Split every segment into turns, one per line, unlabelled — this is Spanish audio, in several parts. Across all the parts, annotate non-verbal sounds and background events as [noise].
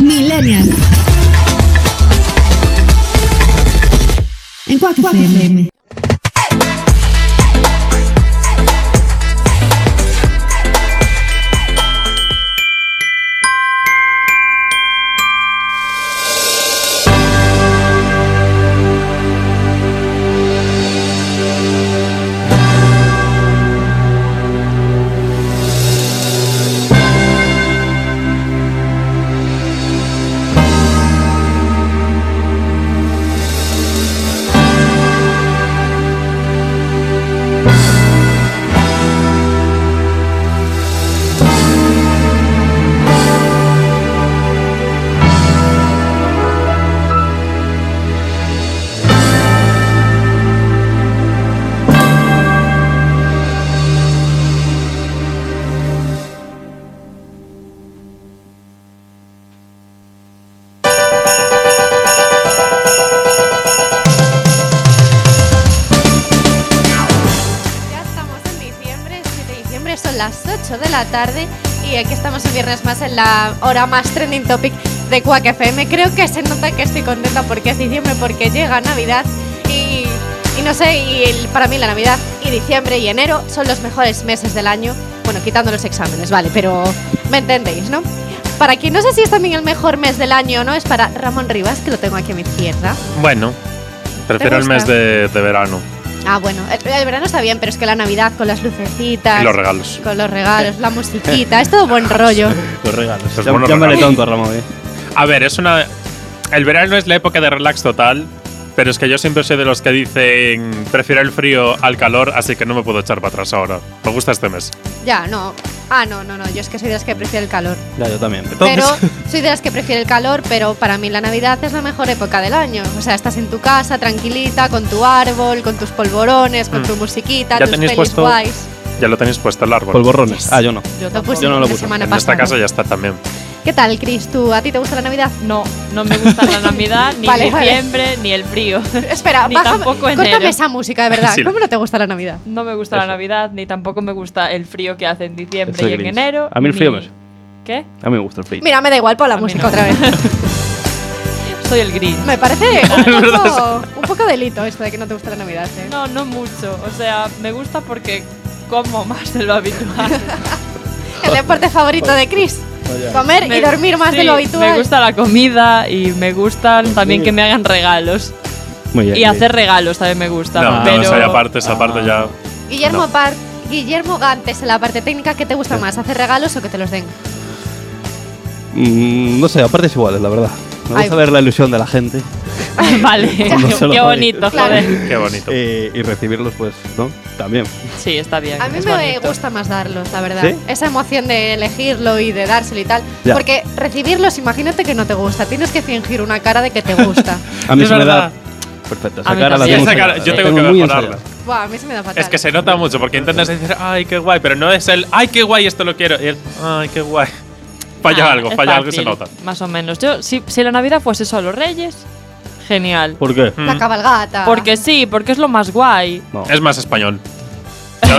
Millennial. En Quack FM.
Ya estamos en diciembre, el 7 de diciembre, son las 8 de la tarde y aquí estamos un viernes más en la hora más trending topic de Quack FM. Creo que se nota que estoy contenta porque es diciembre, porque llega Navidad y, y no sé, y el- para mí la Navidad y diciembre y enero son los mejores meses del año, bueno, quitando los exámenes, vale, pero me entendéis, ¿no? Para quien no sé si es también el mejor mes del año o no, es para Ramón Rivas, que lo tengo aquí a mi izquierda.
Bueno, prefiero el
gusta?
mes de, de verano
Ah, bueno, el, el verano está bien, pero es que la Navidad con las lucecitas.
y los regalos.
Con los regalos, la musiquita, es todo buen rollo.
Los regalos.
Los
Llam-
buenos
Pues Llámale
regalos.
tonto, Ramón. eh.
A ver, es una. El verano es la época de relax total, pero es que yo siempre soy de los que dicen prefiero el frío al calor, así que no me puedo echar para atrás ahora. Me gusta este mes.
Ya, no. Ah, no, no, no. Yo es que soy de las que prefiero el calor.
Ya, yo también.
Pero
Entonces,
soy de las que prefiero el calor, pero para mí la Navidad es la mejor época del año. O sea, estás en tu casa, tranquilita, con tu árbol, con tus polvorones, con
Mm.
tu musiquita,
Ya
tus
tenéis
pelis
puesto-
guays.
Ya lo tenéis puesto el árbol.
polvorrones. Ah, yo no.
Yo
Lo
tampoco.
puse
Yo no lo
la
puse.
semana
En esta
pasada.
casa ya está también.
¿Qué tal, Chris? ¿Tú, ¿A ti te gusta la Navidad? [laughs]
No, no me gusta la Navidad, ni
Vale, vale.
diciembre, ni el frío.
Espera,
Ni
bájame,
tampoco enero.
córtame esa música, de verdad.
Sí.
¿Cómo no te gusta la Navidad?
No me gusta la Navidad, ni tampoco me gusta el frío que hace en diciembre
Soy
y en
gris.
enero.
A mí el
ni-
frío me-
¿Qué?
A mí me gusta el frío.
Mira, me da igual por la
mí
música
no.
otra vez.
Soy el gris.
Me
[laughs]
parece un poco, un poco delito esto de que no te gusta la Navidad. ¿eh?
No, no mucho. O sea, me gusta porque como más de lo habitual.
El deporte favorito de Chris. Comer [laughs]
Me-
y dormir más de
sí,
lo habitual.
Me gusta la comida y me gustan también que me hagan regalos.
Muy bien.
Y hacer regalos también me gusta.
No,
pero
no, esa ya parte, esa parte ya.
Guillermo,
No.
Par- Guillermo Gantes, en la parte técnica, ¿qué te gusta más? ¿Hacer regalos o que te los den?
Mm, no sé, aparte es igual, la verdad. Me
Ay.
gusta ver la ilusión de la gente
[laughs] vale,
Cuando se lo
qué
doy.
bonito,
Claro.
joder.
Qué bonito.
eh, y recibirlos, pues, ¿no? También.
Sí, está bien.
A mí
es
me
bonito.
gusta más darlos, la verdad.
¿Sí?
Esa emoción de elegirlo y de dárselo y tal.
Ya.
Porque recibirlos, imagínate que no te gusta. Tienes que fingir una cara de que te gusta.
A mí
Es
se me da.
verdad.
Perfecto,
A
esa
mí
cara la
también.
tengo.
Esa cara,
ensayada,
yo
la
tengo que
muy
mejorarla.
ensayada.
Buah, a mí se me da fatal.
Es que se nota mucho porque intentas decir, ay, qué guay, pero no es el, ay, qué guay, esto lo quiero. Y el, ay, qué guay. Falla
Ah,
algo,
es
falla algo y se
fácil,
nota.
Más o menos. Yo, si, si la Navidad fuese solo Reyes, genial.
¿Por qué?
Mm.
La cabalgata.
Porque sí, porque es lo más guay.
No.
Es más
[laughs]
español.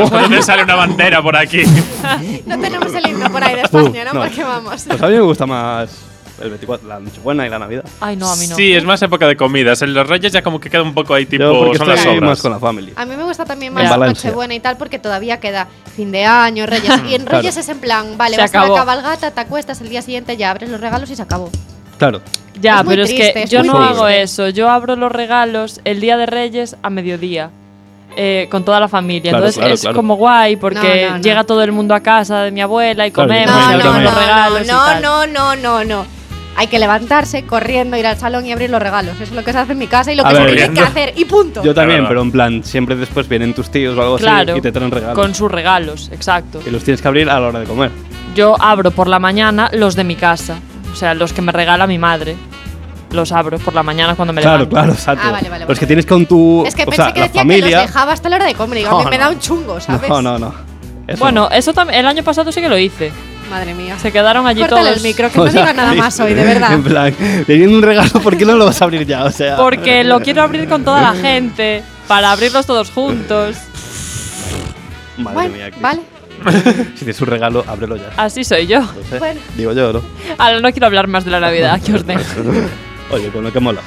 No te sale una bandera por aquí.
No tenemos el himno por ahí de España, ¿no?
no.
Porque vamos.
Pues a mí me gusta más el 24, la Nochebuena y la Navidad.
Ay, no, a mí no.
Sí, es más época de comidas. En los Reyes ya como que queda un poco ahí, tipo,
yo porque
son
estoy
las
más
obras.
con la familia.
A mí me gusta también
En
más
Valencia.
Nochebuena y tal porque todavía queda fin de año, Reyes.
[laughs]
Y en
Claro.
Reyes es en plan, vale,
Se
vas a
acabó.
la cabalgata, te acuestas el día siguiente, ya abres los regalos y se acabó.
Claro.
Ya,
Es muy
pero es
triste,
que
es
yo
muy
no
triste.
hago eso. Yo abro los regalos el día de Reyes a mediodía. eh, con toda la familia.
Claro,
Entonces
claro,
es
claro.
como guay porque
No, no, no.
llega todo el mundo a casa de mi abuela y
Claro, yo
comemos
también,
y
yo
abrimos
también.
los regalos. y
no,
tal.
no, no, no, no. Hay que levantarse, corriendo, ir al salón y abrir los regalos. Eso es lo que se hace en mi casa y lo
A
que se
ver,
tiene que
corriendo.
hacer. Y punto.
Yo también,
verdad.
pero en plan, siempre después vienen tus tíos o algo
Claro.
así y te traen regalos.
Con sus regalos, exacto.
Y los tienes que abrir a la hora de comer.
Yo abro por la mañana los de mi casa. O sea, los que me regala mi madre. Los abro por la mañana cuando me
Claro,
levanto.
claro, exacto.
Ah, vale, vale,
Los que
vale.
tienes con tu.
es que
o
pensé
sea,
que
la
decía que
familia.
los dejaba hasta la hora de comer. Digo, a mí
No,
me
no.
da un chungo, ¿sabes?
No, no, no. Eso
Bueno,
no.
eso también. El año pasado sí que lo hice.
Madre mía.
Se quedaron allí
Córtale
todos.
el micro, que no
[laughs] O sea,
diga nada más hoy, de
[laughs]
verdad.
En plan, teniendo un regalo, ¿por qué no lo vas a abrir ya? O sea.
Porque lo quiero abrir con toda la gente. Para abrirlos todos juntos.
Madre
Bueno,
mía. qué-
vale.
[laughs] Si tienes un regalo, ábrelo ya.
Así soy yo.
Lo sé.
Bueno.
Digo yo, ¿no? [laughs]
Ahora no quiero hablar más de la Navidad, que os dejo.
Oye, con lo que mola.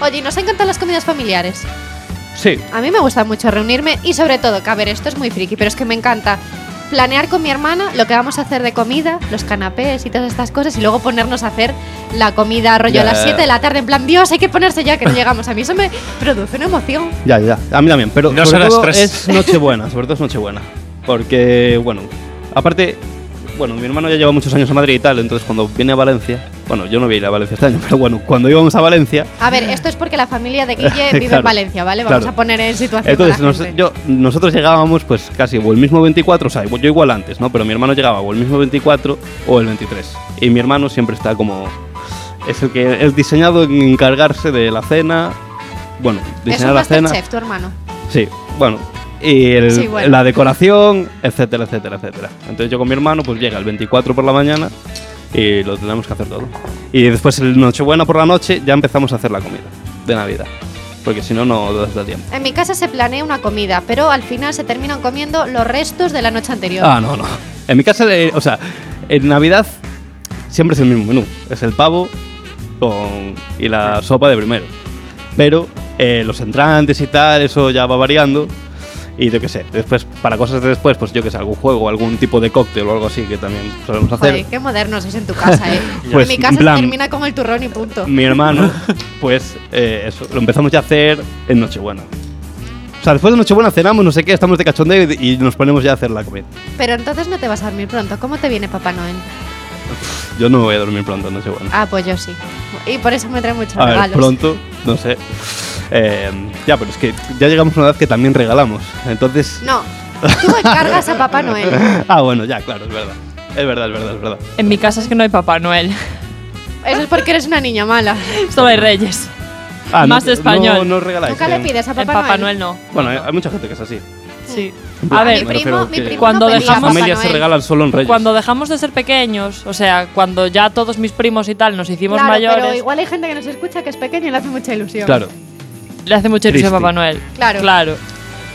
Oye, ¿y nos encantan las comidas familiares.
Sí.
A mí me gusta mucho reunirme y sobre todo, que a ver, esto es muy friki, pero es que me encanta planear con mi hermana lo que vamos a hacer de comida, los canapés y todas estas cosas y luego ponernos a hacer la comida rollo a las
Ya.
7 de la tarde en plan, Dios, hay que ponerse ya que no llegamos a mí. Eso me produce una emoción.
Ya, ya. A mí también, pero
No
sobre
serás
todo
tres.
es Nochebuena, sobre todo es Nochebuena. Porque, bueno, aparte, bueno, mi hermano ya lleva muchos años a Madrid y tal, entonces cuando viene a Valencia, bueno, yo no voy a ir a Valencia este año, [laughs] pero bueno, cuando íbamos a Valencia,
A ver, esto es porque la familia de
[laughs]
Guille vive en
Claro,
Valencia, ¿vale? Vamos
claro.
a poner en situación.
entonces
a la
nos-
gente.
yo- nosotros llegábamos pues casi o el mismo 24, o sea, yo igual antes, ¿no? Pero mi hermano llegaba o el mismo 24 o el 23. Y mi hermano siempre está como... Es el que es diseñado en encargarse de la cena, bueno,
es un
diseñar la cena.
Masterchef, tu hermano.
Sí, bueno. Y el-
Sí, bueno.
la decoración, etcétera, etcétera, etcétera. Entonces yo con mi hermano pues llega el 24 por la mañana y lo tenemos que hacer todo. Y después el Nochebuena por la noche ya empezamos a hacer la comida de Navidad. Porque si no, no das da tiempo.
En mi casa se planea una comida, pero al final se terminan comiendo los restos de la noche anterior.
Ah, no, no. En mi casa, eh, o sea, en Navidad siempre es el mismo menú. Es el pavo con, y la sopa de primero. Pero eh, los entrantes y tal, eso ya va variando. Y yo qué sé, después, para cosas de después, pues yo qué sé, algún juego, algún tipo de cóctel o algo así que también solemos hacer.
Joder, qué modernos es en tu casa,
[laughs]
¿eh?
Pues,
en mi
en
casa
plan- Mm.
se termina con el turrón y punto. [laughs]
Mi hermano, pues eh, eso, lo empezamos ya a hacer en Nochebuena. O sea, después de Nochebuena cenamos, no sé qué, estamos de cachondeo y, y nos ponemos ya a hacer la comida.
Pero entonces no te vas a dormir pronto. ¿Cómo te viene Papá Noel?
Yo no me voy a dormir pronto en Nochebuena.
Ah, pues yo sí. Y por eso me trae muchos
A ver,
regalos.
pronto, no sé. Eh, ya, pero es que ya llegamos a una edad que también regalamos. Entonces.
No, tú encargas a Papá Noel.
Ah, bueno, ya, claro, es verdad. Es verdad, es verdad, es verdad.
En mi casa es que no hay Papá
[laughs]
Noel.
Eso es porque eres una niña mala.
Solo hay reyes.
Ah,
Más español.
No, no regaláis.
Nunca le
en-
pides a
En
Papá, Mm.
Papá Noel no.
Bueno, hay, hay mucha gente que es así.
Sí.
En
A
plan,
ver,
me
mi
refiero
primo, mi
que
primo
Cuando
no pedía
dejamos-
a
Las
Papá
familias se
Noel.
regalan solo en Reyes.
Cuando dejamos de ser pequeños, o sea, cuando ya todos mis primos y tal nos hicimos
Claro, pero
mayores,
igual hay gente que nos escucha que es pequeña y le hace mucha ilusión.
Claro.
le hace mucha ilusión a
Triste.
Papá Noel.
Claro.
Claro.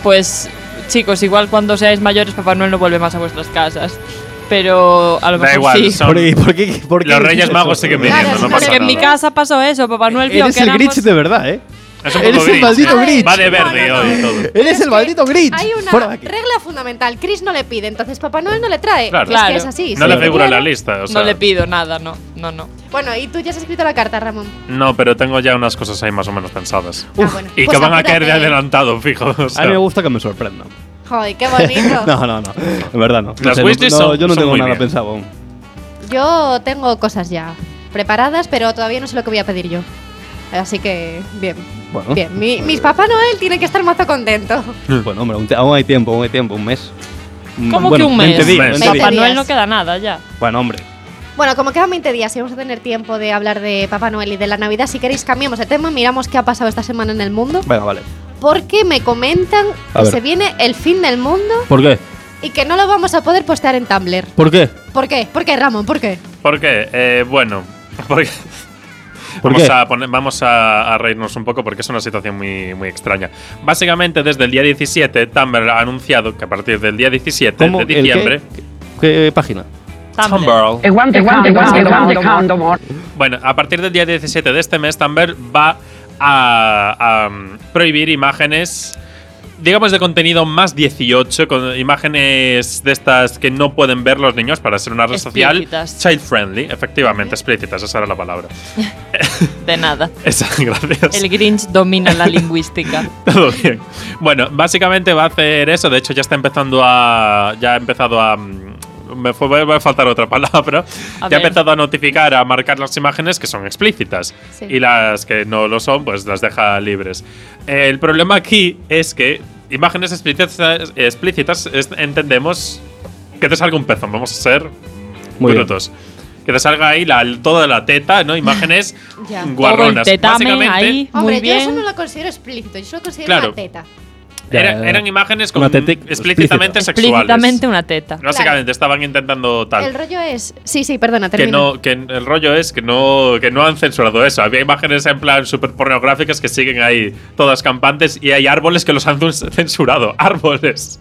Pues, chicos, igual cuando seáis mayores, Papá Noel no vuelve más a vuestras casas. Pero a lo
Da
mejor
igual,
sí.
son-
¿Por qué, por qué- por qué
Los
dices
Reyes
eso?
Magos siguen
Claro,
viniendo, no
es
pasa
Porque [laughs] en mi
nada.
casa pasó eso, Papá Noel vio
Eres
que
el
éramos-
Grinch de verdad, ¿eh?
Es un
Eres
poco
el
gris.
maldito Grinch.
Va de
No, no,
verde
no.
hoy todo.
Eres
Es
el
que
maldito Grinch.
Hay una
Fuera de aquí.
regla fundamental. Chris no le pide, entonces Papá Noel no le trae.
Claro.
Es que
Claro.
es así.
No
si
le
lo
figura en la
tuviera-
lista. o sea,
No le pido nada, no, no, no.
Mm,
Bueno, y tú ya has escrito la carta, Ramón.
No, pero tengo ya unas cosas ahí más o menos pensadas.
Ah, bueno.
Y
Pues
que van a caer de
apúrate.
adelantado, fijo. o sea.
A mí me gusta que me sorprendan.
Joder, qué bonito.
[laughs] No, no, no. En verdad no. No
Las
sé, no-
wishes
no,
son-
Yo no
son
tengo
muy
nada
bien.
pensado aún.
Yo tengo cosas ya preparadas, pero todavía no sé lo que voy a pedir yo. Así que, bien.
Bueno.
Bien, mi, mis papá Noel tiene que estar mazo contento.
Bueno, hombre, aún, te- aún hay tiempo, aún hay tiempo, un mes. Mm,
¿Cómo
bueno,
que un mes?
20 días,
Un mes.
20
Papá
días.
días.
Noel no queda nada ya.
Bueno, hombre.
Bueno, como quedan 20 días y vamos a tener tiempo de hablar de Papá Noel y de la Navidad, si queréis cambiamos de tema, miramos qué ha pasado esta semana en el mundo,
Venga, vale.
porque me comentan
A
que
ver.
se viene el fin del mundo
¿Por qué?
y que no lo vamos a poder postear en Tumblr.
¿Por qué?
¿Por qué? ¿Por qué, Ramón? ¿Por qué?
¿Por qué? Eh, bueno, [laughs] porque-
¿Por
vamos,
qué?
A poner- vamos a, a reírnos un poco porque es una situación muy, muy extraña. Básicamente, desde el día 17, Tumblr ha anunciado que a partir del día 17 de
¿El qué?
diciembre.
¿Qué, qué página?
Tumblr.
E quante quante quante quante quando morto.
Bueno, a partir del día 17 de este mes, Tumblr va a, a, mm, prohibir imágenes, digamos, de contenido más 18, con imágenes de estas que no pueden ver los niños para ser una red
Explícitas.
social. Child friendly, efectivamente, explícitas, esa era la palabra. [laughs]
De nada.
Esa, gracias.
El Grinch domina
[laughs]
la lingüística.
Todo bien. Bueno, básicamente va a hacer eso. De hecho, ya está empezando a. Ya ha empezado a. mm, Me fue, me va a faltar otra [laughs] palabra.
A
ya ha
ver.
empezado a notificar, a marcar las imágenes que son explícitas.
Sí.
Y las que no lo son, pues las deja libres. El problema aquí es que imágenes explícitas, explícitas es- entendemos que te salga un pezón. Vamos a ser
Muy bien.
brutos. Que te salga ahí la, toda la teta, ¿no? Imágenes
Ya.
guarronas.
Todo el tetame
Básicamente,
ahí. Muy
Hombre, yo
bien.
eso no lo considero explícito, yo eso lo considero
Claro.
una teta.
Ya,
Era-
ya.
eran imágenes con
Una tete-
explícitamente sexuales.
Explícitamente una teta.
Básicamente estaban intentando tal.
El rollo es. Sí, sí, perdona,
que
termino.
no que el rollo es que no que no han censurado eso había imágenes en plan super pornográficas que siguen ahí todas campantes y hay árboles que los han cens- censurado [laughs] árboles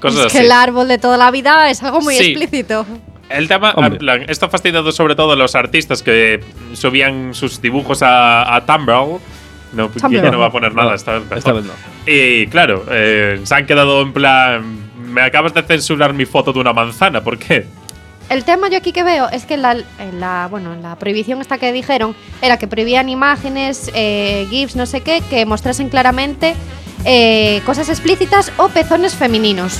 cosas
es que
así
el árbol de toda la vida es algo muy
Sí.
explícito.
el tema
Hombre.
en plan esto ha fastidiado sobre todo a los artistas que subían sus dibujos a, a Tumblr no
Tumblr.
Guille no va a poner nada
No,
esta vez mejor.
esta vez no.
y claro eh, se han quedado en plan me acabas de censurar mi foto de una manzana ¿por qué?
El tema yo aquí que veo es que en la, en la- bueno, en la prohibición esta que dijeron era que prohibían imágenes, eh, GIFs, no sé qué, que mostrasen claramente eh, cosas explícitas o pezones femeninos.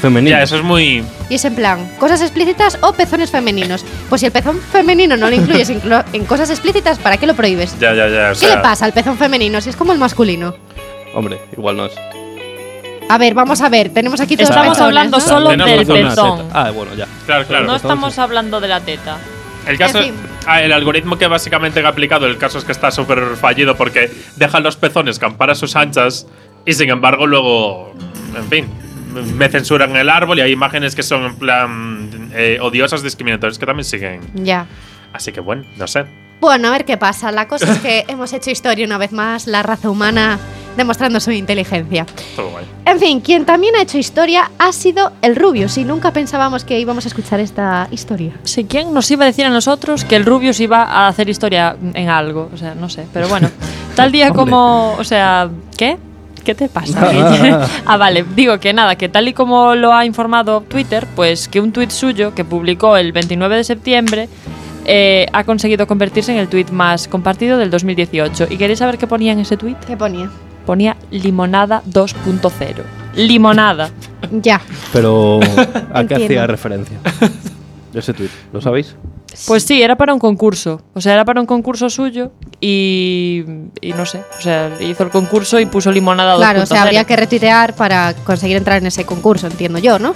Femenino.
ya eso es muy
Y es en plan, cosas explícitas o pezones femeninos. Pues si el pezón femenino no lo incluyes inclu- en cosas explícitas, ¿para qué lo prohíbes?
ya ya ya o
¿Qué
sea,
le pasa al pezón femenino si es como el masculino?
Hombre, igual no es.
A ver, vamos a ver, tenemos aquí todos
Estamos
pezones,
hablando
¿no?
solo
Tenemos
del
razón,
Una
pezón.
teta. Ah, bueno, ya.
claro claro
No estamos hablando de la teta.
El caso,
Pues En fin.
ah, el algoritmo que básicamente ha aplicado, el caso es que está súper fallido porque deja los pezones campar a sus anchas y sin embargo luego, en fin, me censuran el árbol y hay imágenes que son en plan eh, odiosas, discriminatorias que también siguen.
Ya.
Así que bueno, no sé.
Bueno, a ver qué pasa. La cosa es
[laughs]
que hemos hecho historia una vez más, la raza humana demostrando su inteligencia.
Todo guay.
En fin, quien también ha hecho historia ha sido el Rubio. Si nunca pensábamos que íbamos a escuchar esta historia.
Sí, ¿quién nos iba a decir a nosotros que el Rubius iba a hacer historia en algo? O sea, no sé, pero bueno. Tal día
Hombre.
como, o sea, ¿qué? ¿Qué te pasa? [laughs]
Nada,
Guille?
nada.
ah, vale, digo que nada, que tal y como lo ha informado Twitter, pues que un tuit suyo que publicó el 29 de septiembre eh, ha conseguido convertirse en el tuit más compartido del 2018. ¿Y queréis saber qué ponía en ese tuit?
¿Qué ponía?
Ponía limonada 2.0. Limonada. [laughs]
Ya.
Pero ¿a qué
Entiendo.
hacía referencia? [laughs] Ese tweet, ¿lo sabéis?
Pues sí, era para un concurso. O sea, era para un concurso suyo y, y no sé. O sea, hizo el concurso y puso limonada
Claro,
2.0.
o sea, habría que retuitear para conseguir entrar en ese concurso, entiendo yo, ¿no?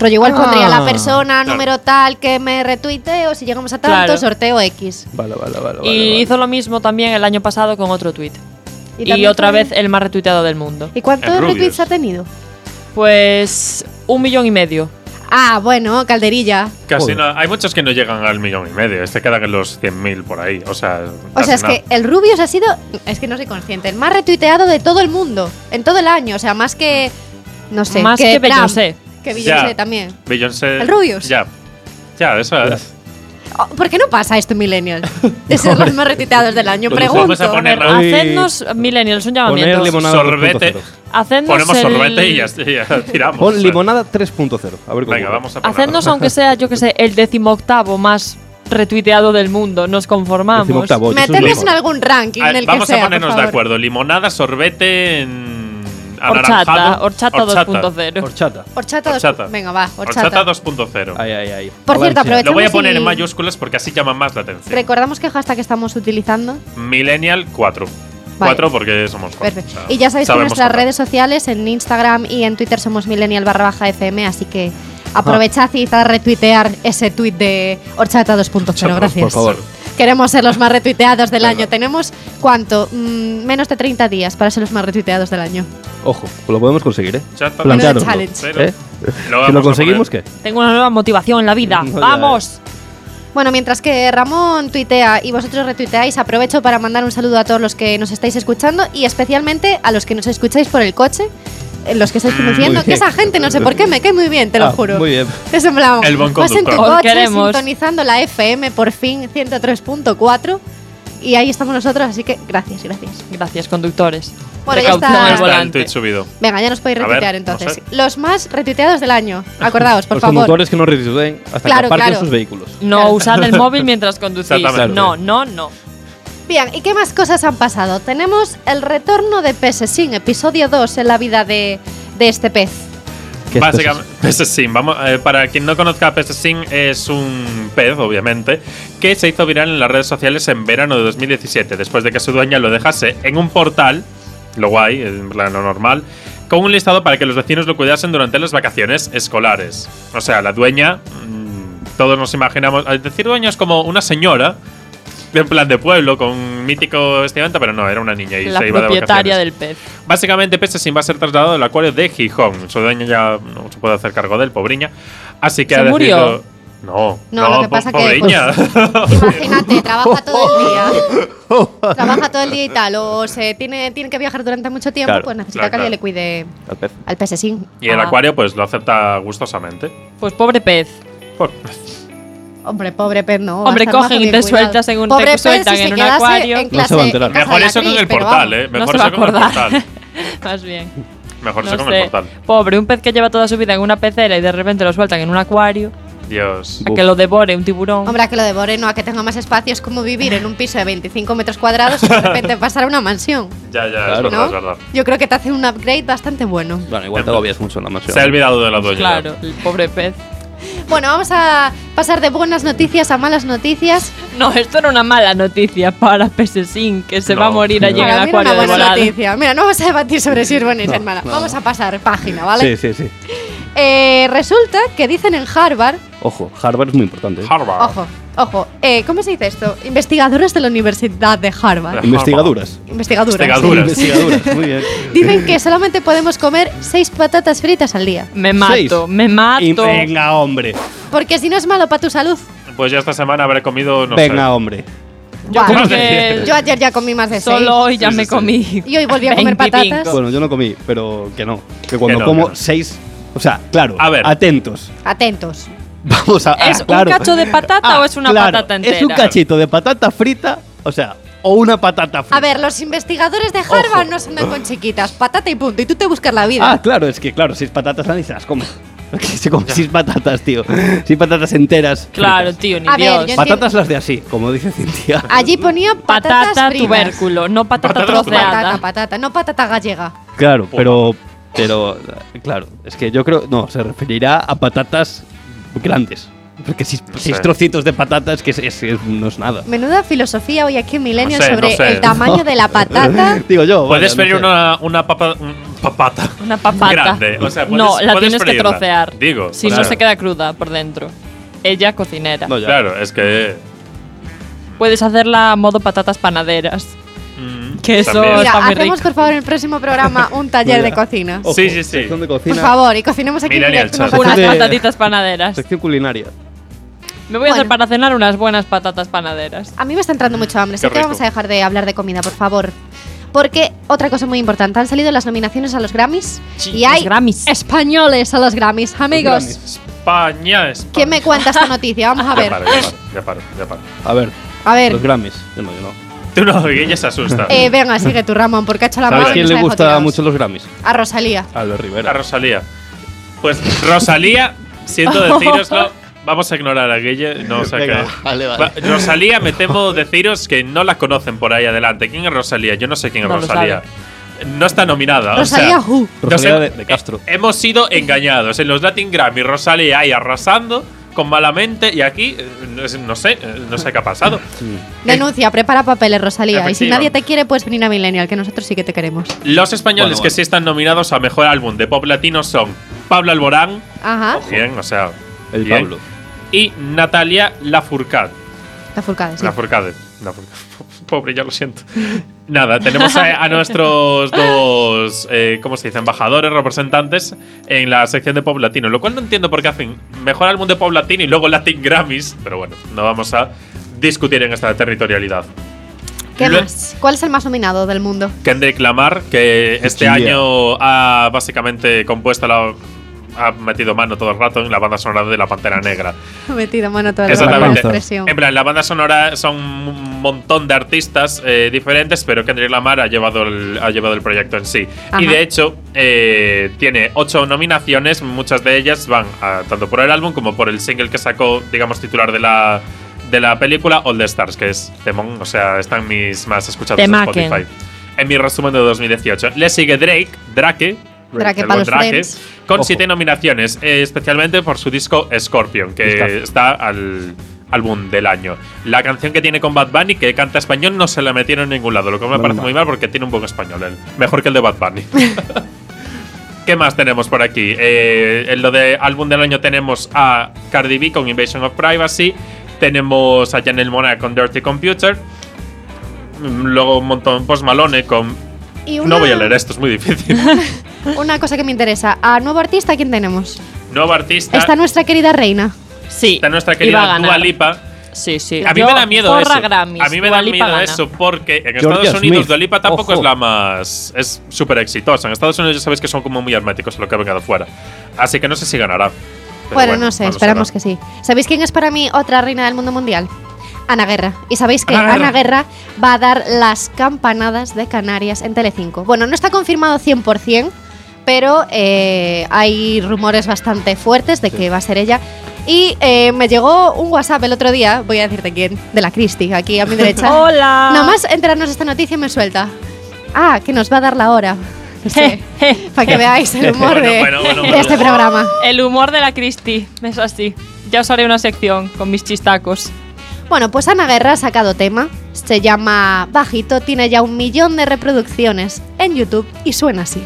Rollo igual
Ah.
pondría la persona,
Claro.
número tal, que me retuiteo, si llegamos a tanto,
Claro.
sorteo X.
Vale, vale, vale.
Y hizo lo mismo también el año pasado con otro tuit. Y,
también
otra
fue-
vez el más retuiteado del mundo.
¿Y cuántos
El Rubius.
retweets ha tenido?
Pues un millón y medio.
Ah, bueno, calderilla.
Casi
Joder.
no- hay muchos que no llegan al millón y medio, este quedan en los 100.000 por ahí. O sea,
O
casi
sea, es
nada.
que el Rubius ha sido, es que no soy consciente, el más retuiteado de todo el mundo, en todo el año. O sea, más que, no sé,
Más que,
Trump,
Beyoncé.
Que Beyoncé
Ya.
también.
Beyoncé-
el Rubius.
Ya. Ya, eso
Pues,
es.
Oh, ¿Por qué no pasa esto en
[laughs]
Millennials? De ser los más retuiteados del año,
Lo
pregunto.
Pues vamos a
A ver,
poner-
Uy.
hacednos, millennials, un
Poner
llamamiento.
limonada
Sorbete.
2.0.
Hacednos
Ponemos
el-
sorbete y ya, ya
[laughs]
tiramos.
Pon limonada 3.0. A ver cómo.
Venga, vamos a ponerlo.
Hacednos, aunque sea, yo que sé, el decimoctavo más retuiteado del mundo. Nos conformamos.
Decimoctavo. Oye, eso es
Meternos en
mejor.
algún ranking
A-
en el que
Ah, vamos
sea,
a ponernos
por
de
favor.
acuerdo. Limonada, sorbete, en
Horchata,
anaranjado.
horchata 2.0.
Horchata.
Horchata, dos-
Horchata.
Venga, va, horchata.
Horchata 2.0.
Ay, ay, ay.
Por cierto,
Valencia.
aprovecha-
Lo voy a
Echamos
poner
y-
en mayúsculas porque así llama más la atención.
Recordamos qué hashtag estamos utilizando.
Millennial 4. 4 porque somos 4.
Perfecto. y ya sabéis que
sabemos
nuestras
contar.
redes sociales, en Instagram y en Twitter somos millennial barra baja FM, así que aprovechad y a retuitear ese tweet de Horchata 2.0.
Por
Gracias.
Por favor.
Queremos ser
[laughs]
los más retuiteados del año. Tenemos, ¿cuánto? Mm, menos de 30 días para ser los más retuiteados del año.
Ojo, lo podemos conseguir, ¿eh?
Horchata
Plantearoslo.
challenge.
¿Eh? Si
vamos
lo
a
conseguimos,
poner.
¿qué?
Tengo una nueva motivación en la vida.
No, [laughs] ya, eh.
¡Vamos!
Bueno, mientras que Ramón tuitea y vosotros retuiteáis, aprovecho para mandar un saludo a todos los que nos estáis escuchando y especialmente a los que nos escucháis por el coche, eh, los que estáis conduciendo,
Ah, Muy
que
bien.
esa gente no sé por qué me cae muy bien, te lo
Ah,
juro.
Muy bien.
Es en plan,
El buen
vas en tu
conductor.
Os
coche
queremos.
sintonizando la FM por fin 103.4 y ahí estamos nosotros, así que gracias, gracias.
Gracias, conductores.
Bueno, ya
Precaución
está.
al
Ahí Está el
volante.
tweet subido.
Venga, ya nos podéis
A ver,
retuitear
no
entonces. Los más retuiteados del año,
[laughs]
acordaos, por
Los
favor.
conductores que no restituyen hasta
Claro,
que aparquen
claro.
sus vehículos.
No
Claro.
usad el móvil mientras conducís.
Exactamente.
No, no, no.
Bien, ¿y qué más cosas han pasado? Tenemos el retorno de Pesesín, episodio 2 en la vida de, de este
[laughs]
pez.
¿Qué es
Básicamente, PSSIM. Vamos, eh, para quien no conozca, PSSIM es un pez, obviamente, que se hizo viral en las redes sociales en verano de 2017, después de que su dueña lo dejase en un portal, lo guay, en plan lo normal, con un listado para que los vecinos lo cuidasen durante las vacaciones escolares. O sea, la dueña, mm, todos nos imaginamos, al decir dueña es como una señora. de plan de pueblo con mítico este evento, pero no, era una niña y
La
se iba de
propietaria
vacaciones.
del pez.
Básicamente, Pesesin va a ser trasladado al acuario de Gijón. Su dueño ya no se puede hacer cargo del pobriña. Así que
¿Se
ha decidido.
murió?
No,
No,
no,
lo que pasa que- pues,
pobreña.
Imagínate, trabaja todo el día.
[laughs]
trabaja todo el día y tal. O se tiene, tiene que viajar durante mucho tiempo,
Claro,
pues necesita
claro,
que alguien
claro.
le cuide
Al pez.
al pesesín.
[laughs] y el
Ah.
acuario, pues lo acepta gustosamente.
Pues pobre pez.
Por-
Hombre, pobre pez, no.
Hombre,
va a estar
cogen
bajo
y
mi
te
cuidado.
sueltas en un-
pobre
te
pez,
sueltan
si
en
se
un
quedase
acuario.
En
No
se
clase,
va a enterar.
en casa
Mejor
de la
eso con
Cris,
el
pero
portal,
vamos.
¿eh? Mejor
no se va
eso
a
con el
acordar.
portal.
[laughs] Más bien.
Mejor
No
eso con el
sé.
portal.
Pobre, un pez que lleva toda su vida en una pecera y de repente lo sueltan en un acuario.
Dios.
A
Uf.
que lo devore un tiburón.
Hombre, a que lo devore, no, a que tenga más espacio. Es como vivir en un piso de 25 metros cuadrados y de repente pasar a una mansión.
Ya, ya, es
Claro.
verdad,
¿no?
es verdad.
Yo creo que te hace un upgrade bastante bueno.
Bueno, igual te agobias mucho en la mansión.
Se ha olvidado de la dueña.
claro, el pobre pez.
Bueno, vamos a pasar de buenas noticias a malas noticias.
No, esto era una mala noticia para Pesesín, que se
No.
va a morir allí en
Para
el
mí era
acuario
una
de
buena
volado.
noticia. Mira, no vamos a debatir sobre si es buena y si es mala.
no,
Vamos
no.
a pasar página, ¿vale?
Sí, sí, sí.
Eh, resulta que dicen en Harvard,
Ojo, Harvard es muy importante. ¿eh?
Harvard.
ojo, ojo, eh, ¿cómo se dice esto? Investigadores de la Universidad de Harvard.
Investigaduras.
Investigadoras.
Investigadoras.
Investigaduras, muy bien.
Dicen que solamente podemos comer seis patatas fritas al día.
Me mato,
Seis.
me
Y
mato.
venga, hombre.
Porque si no es malo para tu salud.
Pues ya esta semana habré comido, no
venga,
sé.
hombre.
Yo
Buah,
creo
Madre
que
yo ayer ya comí más de
solo hoy ya
Sí, sí,
me
sí.
comí.
Y hoy volví a comer
25.
patatas.
Bueno, yo no comí, pero que no. Que cuando
Que no,
como
que no.
seis. O sea, claro,
A ver.
atentos.
seis. Atentos.
Vamos a. ah,
¿Es
claro.
un cacho de patata
Ah,
o es una
claro,
patata entera?
Es un cachito de patata frita, o sea, o una patata frita.
A ver, los investigadores de Harvard no se andan con chiquitas. Patata y punto. Y tú te buscas la vida.
Ah, claro, es que claro, seis patatas nadie se las come. [laughs] Que se come seis patatas, tío. Seis patatas enteras.
Claro,
fritas.
tío, ni
A ver,
Dios.
yo entiendo-
Patatas las de así, como dice Cintia.
Allí ponía patatas
patata
fritas.
tubérculo, no patata
Patata
troceada.
Patata, patata. No patata gallega.
Claro, pero. Pero. Claro, es que yo creo. No, se referirá a patatas grandes. Porque seis, seis
sé.
trocitos de patatas que es, es- es- no es nada.
Menuda filosofía hoy aquí en Millennium
No sé,
sobre
no sé.
el tamaño de la
[laughs]
patata.
[laughs] Digo yo.
Puedes
vaya,
pedir
no sé.
una, una papa, un- papata.
Una papata.
Grande, o sea, puedes-
no, la
puedes
tienes que
freírla.
trocear.
Digo,
Si
o sea-
no se queda cruda por dentro. Ella cocinera.
No, ya.
Claro, es que.
Puedes hacerla a modo patatas panaderas.
mm,
Que eso-
también.
Mira,
está muy
hacemos
rico.
por favor en el próximo programa un taller de cocina.
Ojo,
Sí, sí, sí.
sección de cocina,
Por favor, y cocinemos aquí en
Millennial
directo unas
Challenge.
Unas
de-
patatitas panaderas.
Sección culinaria.
Me voy a hacer
Bueno.
para cenar unas buenas patatas panaderas.
A mí me está entrando mucho hambre, así
Qué
que vamos
rico.
a dejar de hablar de comida, por favor. Porque otra cosa muy importante, han salido las nominaciones a los Grammys y hay Eh,
Los Grammys.
españoles a los Grammys, amigos.
Grammys.
España, España.
¿Quién me cuenta esta noticia? Vamos a
Ya
ver.
paro, ya paro, ya paro, ya paro.
A ver,
A
los
ver.
Grammys. Yo no, yo no.
Tú no, que ella se asusta.
Eh, venga, sigue tú, Ramón, porque ha hecho la
¿Sabes
mano. y
quién
nos
le
ha dejado
gusta
tirados.
mucho los Grammys?
A Rosalía.
Albert
a
Rivera.
Rosalía. Pues Rosalía, siento decíroslo, vamos a ignorar a Guille, no sé
Venga,
qué. Va- Rosalía, me temo deciros que no la conocen por ahí adelante. ¿Quién es Rosalía? Yo no sé quién es
No lo
Rosalía. No está nominada. Ah, o sea,
Rosalía uh, Who.
nos
Rosalía
hem-
de- de Castro.
eh, hemos sido engañados. En los Latin Grammy, Rosalía ahí arrasando con malamente y aquí, eh, no es- no sé, eh, no sé qué ha pasado.
Denuncia, prepara papeles, Rosalía. Y si
Efectivo.
nadie te quiere, puedes venir a Millennial, que nosotros sí que te queremos.
Los españoles
Bueno,
que
bueno.
sí están nominados a mejor álbum de pop latino son Pablo Alborán,
Ajá.
Pues bien, o sea,
El
bien,
Pablo.
y Natalia Lafourcade.
La furcada, sí.
Lafourcade. Lafourcade. [laughs] Pobre, ya lo siento. Nada, tenemos a, a nuestros dos, eh, ¿cómo se dice? Embajadores, representantes en la sección de pop latino. Lo cual no entiendo por qué hacen mejor álbum de pop latino y luego Latin Grammys. Pero bueno, no vamos a discutir en esta territorialidad.
¿Qué
Lo-
más? ¿Cuál es el más nominado del mundo? [laughs]
Kendrick Lamar, que este
Chilla.
año ha básicamente compuesto la. Ha metido mano todo el rato en la banda sonora de La Pantera Negra.
Ha Metido mano toda la mano de
Exactamente. Em,
expresión.
En plan, la banda sonora son un montón de artistas eh, diferentes, pero Kendrick Lamar ha llevado el, ha llevado el proyecto en sí.
Ajá.
Y de hecho, eh, tiene ocho nominaciones, muchas de ellas van a- tanto por el álbum como por el single que sacó, digamos, titular de la, de la película All the Stars, que es Temón, o sea, están mis más escuchados en
Temaquen.
Spotify. En mi resumen de 2018. Le sigue Drake, Drake,
Drake
el
pa'
buen
los
Drake,
friends.
con
Ojo.
siete nominaciones, eh, especialmente por su disco Scorpion, que
Discazo.
Eh, está al álbum del año. La canción que tiene con Bad Bunny, que canta español, no se la metieron en ningún lado, lo que me
Menos
parece
mal.
muy mal porque tiene un buen español él. Mejor que el de Bad Bunny. ¿Qué más tenemos por aquí? Eh, en lo de álbum del año tenemos a Cardi B con Invasion of Privacy, Tenemos a Janelle Monáe con Dirty Computer. Mm, Luego un montón Post Malone con.
Y
No voy a leer ¿eh? esto, es muy difícil.
[laughs]
Una cosa que me interesa. A nuevo artista, ¿quién tenemos?
Nuevo artista.
Está nuestra querida reina.
Sí.
está
y va
nuestra
a
querida
ganar.
Dua Lipa.
Sí, sí.
A mí
Yo
me da miedo
gorra
eso.
Grammys,
a mí me
Dua
da
Lipa
miedo
gana.
eso porque en
Georgia
Estados Unidos
Smith.
Dua Lipa tampoco
Ojo.
es la más es súper exitosa. En Estados Unidos ya sabes que son como muy herméticos a lo que ha venido fuera. Así que no sé si ganará. Pero
Bueno, no sé,
no lo
esperamos
sabrá.
que sí. ¿Sabéis quién es para mí otra reina del mundo mundial? Ana Guerra. Y sabéis que
Ana
Ana,
Guerra.
Guerra va a dar las campanadas de Canarias en Telecinco. Bueno, no está confirmado 100%, pero eh, hay rumores bastante fuertes de que va a ser ella. Y eh, me llegó un WhatsApp el otro día, voy a decirte quién, de la Cristi, aquí
[laughs]
a mi derecha.
Hola.
Nada más enterarnos de esta noticia me suelta. Ah, que nos va a dar la hora. No
[laughs]
sé, para que veáis el humor
Bueno,
de,
bueno, bueno,
de
bueno.
este programa.
El humor de la Christie, es así. Ya os haré una sección con mis chistacos.
Bueno, pues Ana Guerra ha sacado tema. Se llama Bajito, tiene ya un millón de reproducciones en YouTube y suena así.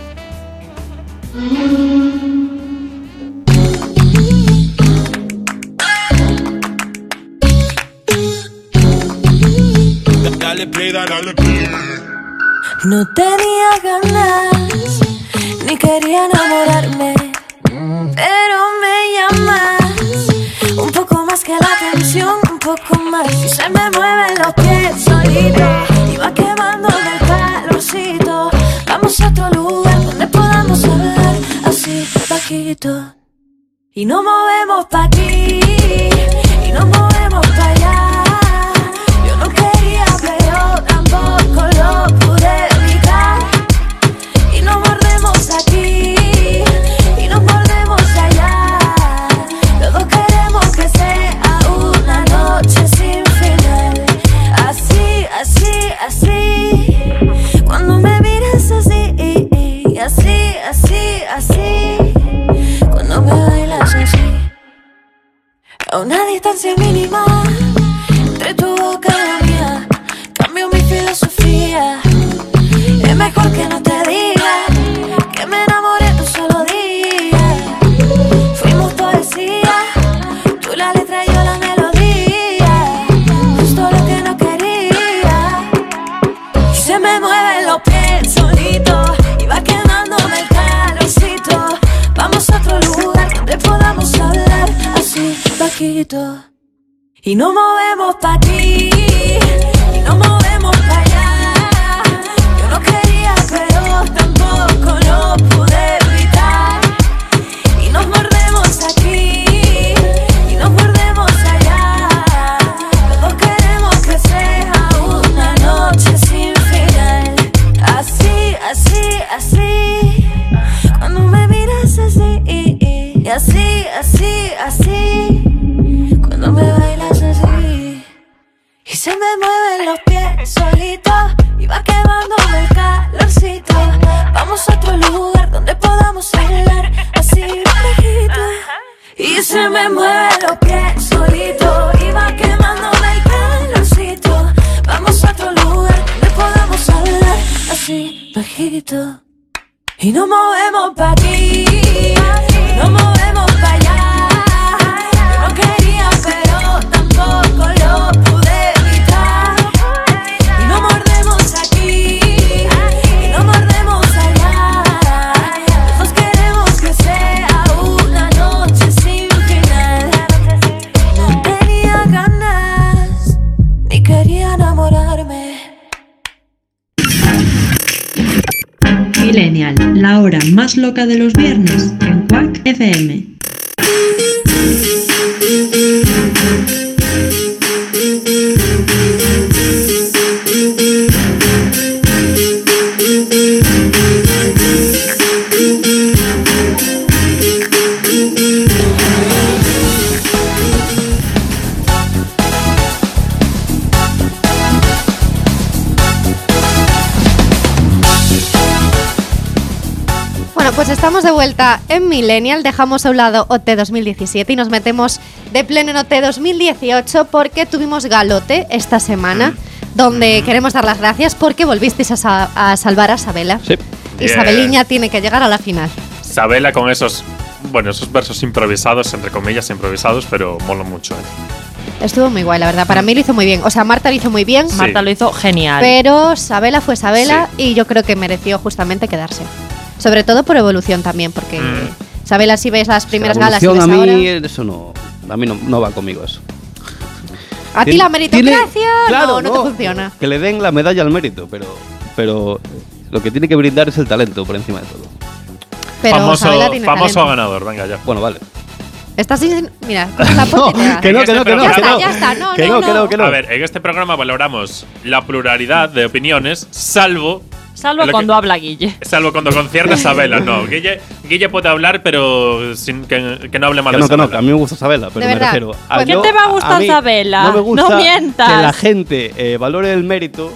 Dale play, dale, dale play.
No tenía ganas, ni quería enamorarme, pero me llamas. Un poco más que la atención, un poco más. Y se me mueven los pies solito, y va quemando del calorcito. Vamos a otro lugar donde podamos hablar así, vaquito. Y nos movemos pa' aquí, y nos movemos pa' allá. Yo no quería, pero tampoco lo pude evitar. Y nos mordemos aquí, y nos mordemos allá. Todos queremos que sea una noche sin final. Así, así, así. Cuando me miras así, así, así, así. Cuando me bailas así A una distancia mínima Entre tu boca y la mía Cambio mi filosofía Es mejor que no te diga Que me enamoré en un solo día Fuimos poesía Tú la letra y yo la melodía Justo lo que no quería y se me mueven los pies solito Y va quemándome el calorcito Vamos a otro lugar donde podamos hablar Así, vaquito Y nos movemos pa' aquí Y nos movemos pa' allá Yo no quería pero tampoco lo pude evitar y nos mordemos aquí, y nos mordemos allá. Todos queremos que sea una noche sin final. Así, así, así. Cuando me miras así, y así, así, así. Cuando me bailas así. Y se me mueven los pies solitos Y va quemándome el calorcito Vamos a otro lugar donde podamos bailar Así bajito Y se me mueven los pies solitos Y va quemándome el calorcito Vamos a otro lugar donde podamos hablar Así bajito y nos movemos pa' aquí, y nos movemos pa' allá. Yo no quería, pero tampoco lo pude evitar. Y nos mordemos aquí, y nos mordemos allá. Todos queremos que sea una noche sin final. No tenía ganas, ni quería enamorarme.
Millennial, la hora más loca de los viernes en Quack FM.
Bueno, pues estamos de vuelta en Millennial, dejamos a un lado OT 2017 y nos metemos de pleno en OT 2018 porque tuvimos galote esta semana, donde queremos dar las gracias porque volvisteis a, sa- a salvar a Isabela.
Sí.
Isabeliña tiene que llegar a la final.
Sabela con esos bueno, esos versos improvisados, entre comillas improvisados, pero mola mucho. ¿eh?
Estuvo muy guay, la verdad. Para mí lo hizo muy bien. O sea, Marta lo hizo muy bien,
Sí.
Marta lo hizo genial.
pero Sabela fue Sabela y yo creo que mereció justamente quedarse. Sobre todo por evolución también, porque
Mm.
Sabela, si ves las primeras
La
galas y ves
evolución a mí,
ahora.
eso no. A mí no, no va conmigo eso.
A ti
Tiene-
la
tiene-
meritocracia no,
claro,
no te funciona.
Que le den la medalla al mérito, pero, pero lo que tiene que brindar es el talento por encima de todo.
Pero Sabela
famoso
tiene
famoso
talento.
ganador, venga ya.
Bueno, vale.
Estás sin-
[laughs]
Mira, con la puta
que no,
En
que no,
este
que no,
programa-
que no.
Pues Ya está, ya está, no,
que
no,
no, que
no.
no, que no.
A ver, en este programa valoramos la pluralidad de opiniones, salvo.
Salvo
lo que-
cuando habla Guille.
Salvo cuando concierne a
[laughs]
Sabela, no. Guille, Guille puede hablar, pero sin que, que no hable mal
Que
de
no, que no,
Sabela.
que a mí me gusta Sabela, pero
De
me
verdad.
refiero.
Pues
¿qué
yo-
te va a gustar
mí
Sabela?
No me
No
gusta
mientas.
Que la gente eh, valore el mérito,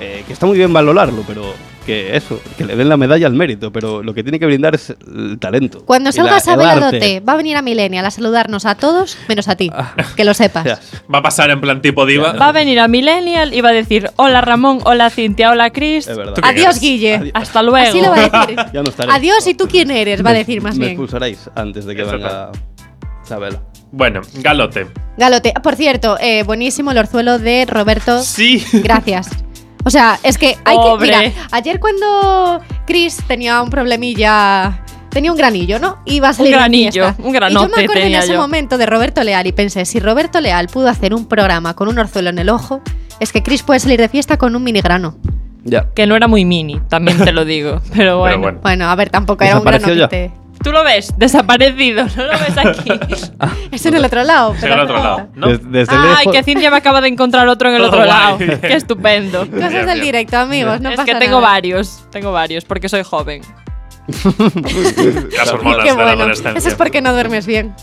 eh, que está muy bien valorarlo, pero que eso, que le den la medalla al mérito, pero lo que tiene que brindar es el talento.
Cuando
y
salga
la- el
Sabela
arte.
Dote, va a venir a Millennial a saludarnos a todos, menos a ti.
Ah.
Que lo
O sea,
sepas.
Va a pasar en plan tipo diva.
Va a venir a Millennial y va a decir: Hola Ramón, hola Cintia, hola Chris.
es verdad.
¿Tú qué
Adiós,
quieres?
Guille.
Adiós.
Hasta luego.
Así lo va
[laughs]
a decir.
Ya no estaré.
Adiós, ¿y tú quién eres? Va a
Me-
decir más
me
bien.
expulsaréis antes de que
Eso
venga Sabela.
Bueno, galote.
Galote. Por cierto, eh, buenísimo el orzuelo de Roberto.
Sí.
Gracias. O sea, es que hay que.
Pobre.
Mira, ayer cuando Chris tenía un problemilla. Tenía un granillo, ¿no? Iba a salir de
granillo,
fiesta.
un
Y yo me
granote
acordé en
tenía
ese
yo.
momento de Roberto Leal y pensé: si Roberto Leal pudo hacer un programa con un orzuelo en el ojo, es que Chris puede salir de fiesta con un mini grano.
Ya.
[laughs] Que no era muy mini, también te lo digo. Pero bueno.
Pero bueno.
Bueno, a ver, tampoco era un grano.
¿Desapareció ya?
que
Tú lo ves, desaparecido. No lo ves aquí.
te- Es en el otro lado.
Se
pero
al
no
otro lado.
importa.
¿no?
Des- desde
Ay,
lejos.
que Cintia me acaba de encontrar otro en el
Todo
otro
guay.
lado. Qué estupendo.
Cosas
Bien,
del
bien.
directo, amigos. No
es
pasa
que tengo
nada.
varios, tengo varios, porque soy joven.
Las hormonas
Qué
de la
bueno.
adolescencia.
Eso es porque no duermes bien.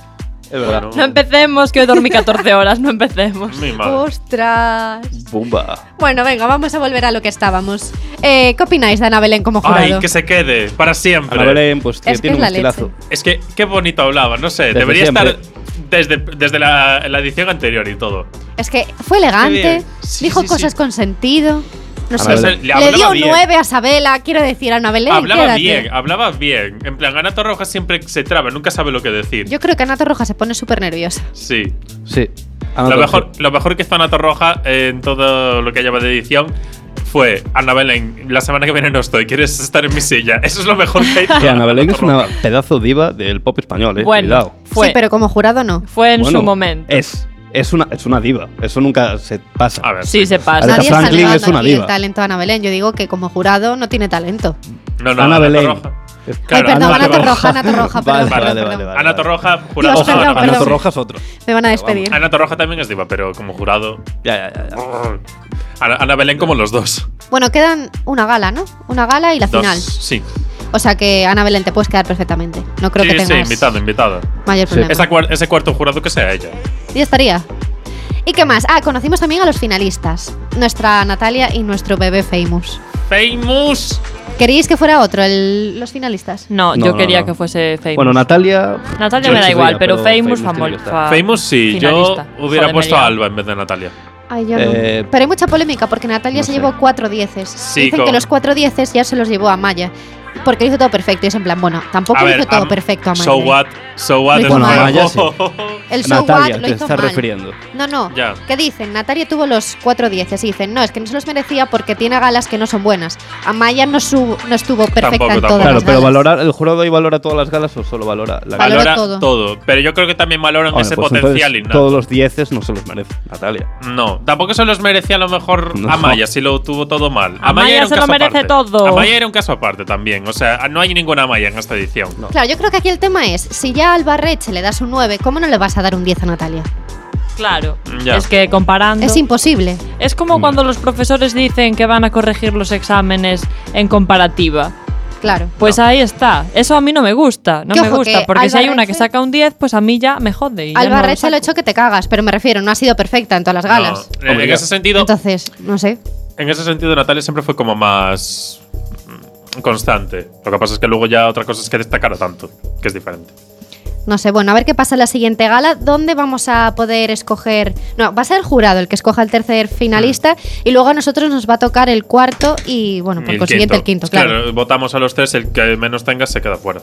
Es verdad.
No empecemos, que hoy dormí 14 horas, no empecemos.
Mi madre.
Ostras.
Bumba.
Bueno, venga, vamos a volver a lo que estábamos. Eh, ¿Qué opináis de Ana Belén como jurado?
Ay, que se quede para siempre.
Ana Belén, pues que
Es que
tiene
es
un
la
estilazo.
Es que qué bonito hablaba, no sé.
Desde
debería
siempre.
estar desde, desde la, la edición anterior y todo.
Es que fue
Qué
elegante,
bien. Sí,
dijo
sí,
cosas
sí.
con sentido. No
Ana
sé.
Belén.
Le
Le,
hablaba
dio
bien.
nueve a Sabela, quiero decir, Ana Belén.
hablaba
quédate.
bien, hablaba bien. En plan, Ana Torroja siempre se traba, nunca sabe lo que decir.
Yo creo que Ana Roja se pone súper nerviosa.
Sí.
Sí.
Lo mejor, lo mejor que hizo Ana Torroja eh, en todo lo que lleva de edición fue Ana Belén, la semana que viene no estoy, ¿quieres estar en mi silla? Eso es lo mejor que ha hecho
[laughs] Que Ana Belén es
Torroja.
una pedazo diva del pop español, eh.
Bueno,
Cuidado.
fue,
Sí, pero como jurado no.
fue en
Bueno, eh,
su momento.
Es, es, una, es una diva. Eso nunca se pasa.
A ver.
sí, se pasa.
Aretha
Nadie está
Franklin
negando
es una
aquí el
diva.
talento de Ana Belén. Yo digo que como jurado no tiene talento.
No, no,
Ana Belén.
Torroja.
Es-
Ay,
Claro,
perdón,
Ana
Ana Torroja,
Torroja.
Ana Torroja,
Vale,
perdón,
vale,
perdón,
vale,
perdón.
vale.
Ana Torroja, jurado.
Dios,
Ojo,
perdón,
Ana,
Ana
perdón.
Torroja es otro.
Me van a despedir.
Ana Torroja también es diva, pero como jurado.
Ya, ya, ya, ya.
Ana, Ana Belén como los dos.
Bueno, quedan una gala, ¿no? Una gala y la
Dos.
final.
Sí.
O sea que, Ana Belén, te puedes quedar perfectamente. No creo que
sí, sí,
tengas
invitado, invitado.
mayor problema.
Esa cuar- ese cuarto jurado que sea ella.
Ya estaría. ¿Y qué más? Ah, conocimos también a los finalistas. Nuestra Natalia y nuestro bebé Famous.
Famous.
¿Queríais que fuera otro, el- los finalistas?
No,
No,
yo
no,
querría
no.
que fuese Famous.
Bueno, Natalia.
Natalia
yo
me da
sí
igual,
diría,
pero, Famous,
tiene que
famol-
estar.
Ah,
fa-
Famous sí, yo
finalista.
hubiera
Joder,
puesto
me he
a
liado.
Alba en vez de Natalia.
Ay, yo no.
Eh,
Pero hay mucha polémica porque Natalia
no
se
sé.
llevó cuatro dieces.
Sí,
Dicen
con-
que los cuatro dieces ya se los llevó a Maya. Porque lo hizo todo perfecto. Y es en plan, bueno, tampoco lo hizo todo
am-
perfecto ¿eh? a Maya.
So what, so
Lo
what. es
hizo
como-
mal. Bueno,
El so
Natalia,
what lo
te
hizo
estás
mal.
refiriendo.
No, no.
[laughs] Ya.
¿Qué dicen? Natalia tuvo los cuatro dieces y dicen, no, es que no se los merecía porque tiene galas que no son buenas. Amaya no, su- no estuvo perfecta
Tampoco,
en todas
tampoco.
las
Claro, pero
galas.
valorar el jurado y valora todas las galas o solo valora la gala.
Valora
Valora
todo.
todo. Pero yo creo que también valoran
Hombre,
ese
pues
potencial
entonces,
innato.
Todos los dieces no se los merece Natalia.
No, tampoco se los merecía a lo mejor
[laughs] No.
Amaya, si lo tuvo todo mal.
Amaya
era un
se lo
caso
merece
aparte.
todo.
Amaya era un caso aparte también. O sea, no hay ninguna Amaya en esta edición.
No.
Claro, yo creo que aquí el tema es, si ya al Barreche le das un 9, ¿cómo no le vas a dar un 10 a Natalia?
Claro.
Ya.
Es que comparando.
Es imposible.
Es como cuando los profesores dicen que van a corregir los exámenes en comparativa.
Claro.
Pues ahí está. Eso a mí no me gusta. No
Que
me
ojo,
gusta.
que
Porque si hay
Alba
una que
Reche-
saca un 10, pues a mí ya me jode. y ya
Al
no lo
Barreche lo he
saco.
hecho que te cagas, pero me refiero, no ha sido perfecta en todas las galas.
No, en, en ese sentido,
Entonces, no sé.
en ese sentido, Natalia siempre fue como más mm, constante. Lo que pasa es que luego ya otra cosa es que destacara tanto, que es diferente.
No sé, bueno, a ver qué pasa en la siguiente gala, dónde vamos a poder escoger... No, va a ser el jurado el que escoja el tercer finalista y luego a nosotros nos va a tocar el cuarto y, bueno,
Y
por
el
consiguiente el quinto, claro.
Votamos a los tres, el que menos tenga se queda fuera.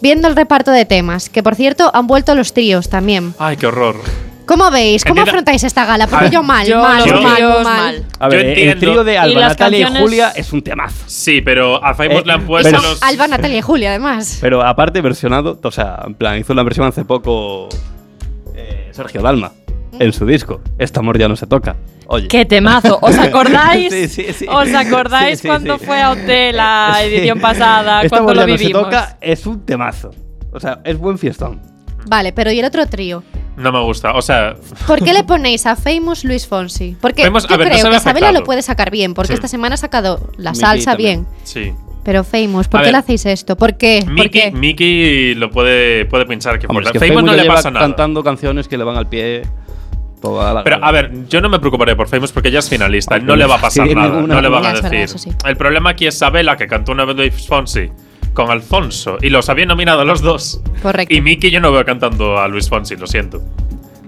Viendo el reparto de temas, que por cierto han vuelto los tríos también.
Ay, qué horror.
¿Cómo veis? ¿Cómo
Entiendo-
afrontáis esta gala?
A ver,
Porque yo mal,
yo
mal,
los
yo-
mal,
tíos,
mal,
mal.
A
Yo
ver, eh, el
entiendo.
trío de
Y
Alba,
las
Natalia
canciones-
y Julia es un temazo.
Sí, pero Pues a Famous
Eh,
le han puesto
pero-
los.
Alba, Natalia y Julia, además.
Pero aparte, versionado, o sea, en plan, hizo una versión hace poco eh, Sergio Dalma en su disco. Este amor ya no se toca. Oye.
¿Eh? ¡Qué temazo!
[laughs]
¿Os acordáis?
Sí, sí, sí.
¿Os acordáis
Sí, sí,
cuando
sí.
fue a OT la
Sí.
edición pasada?
Este
cuando
amor
lo
ya no se
vivimos.
toca es un temazo. O sea, es buen fiestón.
Vale, pero ¿y el otro trío?
No me gusta. O sea,
¿Por
[laughs]
qué le ponéis a Famous Luis Fonsi? Porque
Famous-
yo
a ver, no se
creo
ve
que Sabela
afectado.
lo puede sacar bien, porque
Sí.
esta semana ha sacado la
Miki
salsa
también.
bien.
sí.
Pero Famous, ¿por
A
qué
ver.
le hacéis esto? ¿Por qué? ¿Por
Mickey,
qué?
Mickey lo puede, puede pensar que
Hombre,
fuerza.
es que
Famous
Famous
no
ya
le
lleva
pasa nada.
cantando canciones que le van al pie toda la
Pero
gala.
a ver, yo no me preocuparé por Famous porque ella es finalista,
Porque
no le va a
sí,
pasar nada,
ninguna-
no le van a
Ya, es verdad,
decir.
eso sí.
El problema aquí es Sabela que cantó una vez Luis Fonsi con Alfonso y los había nominado a los dos.
Correcto.
Y Mickey yo no veo cantando a Luis Fonsi, lo siento.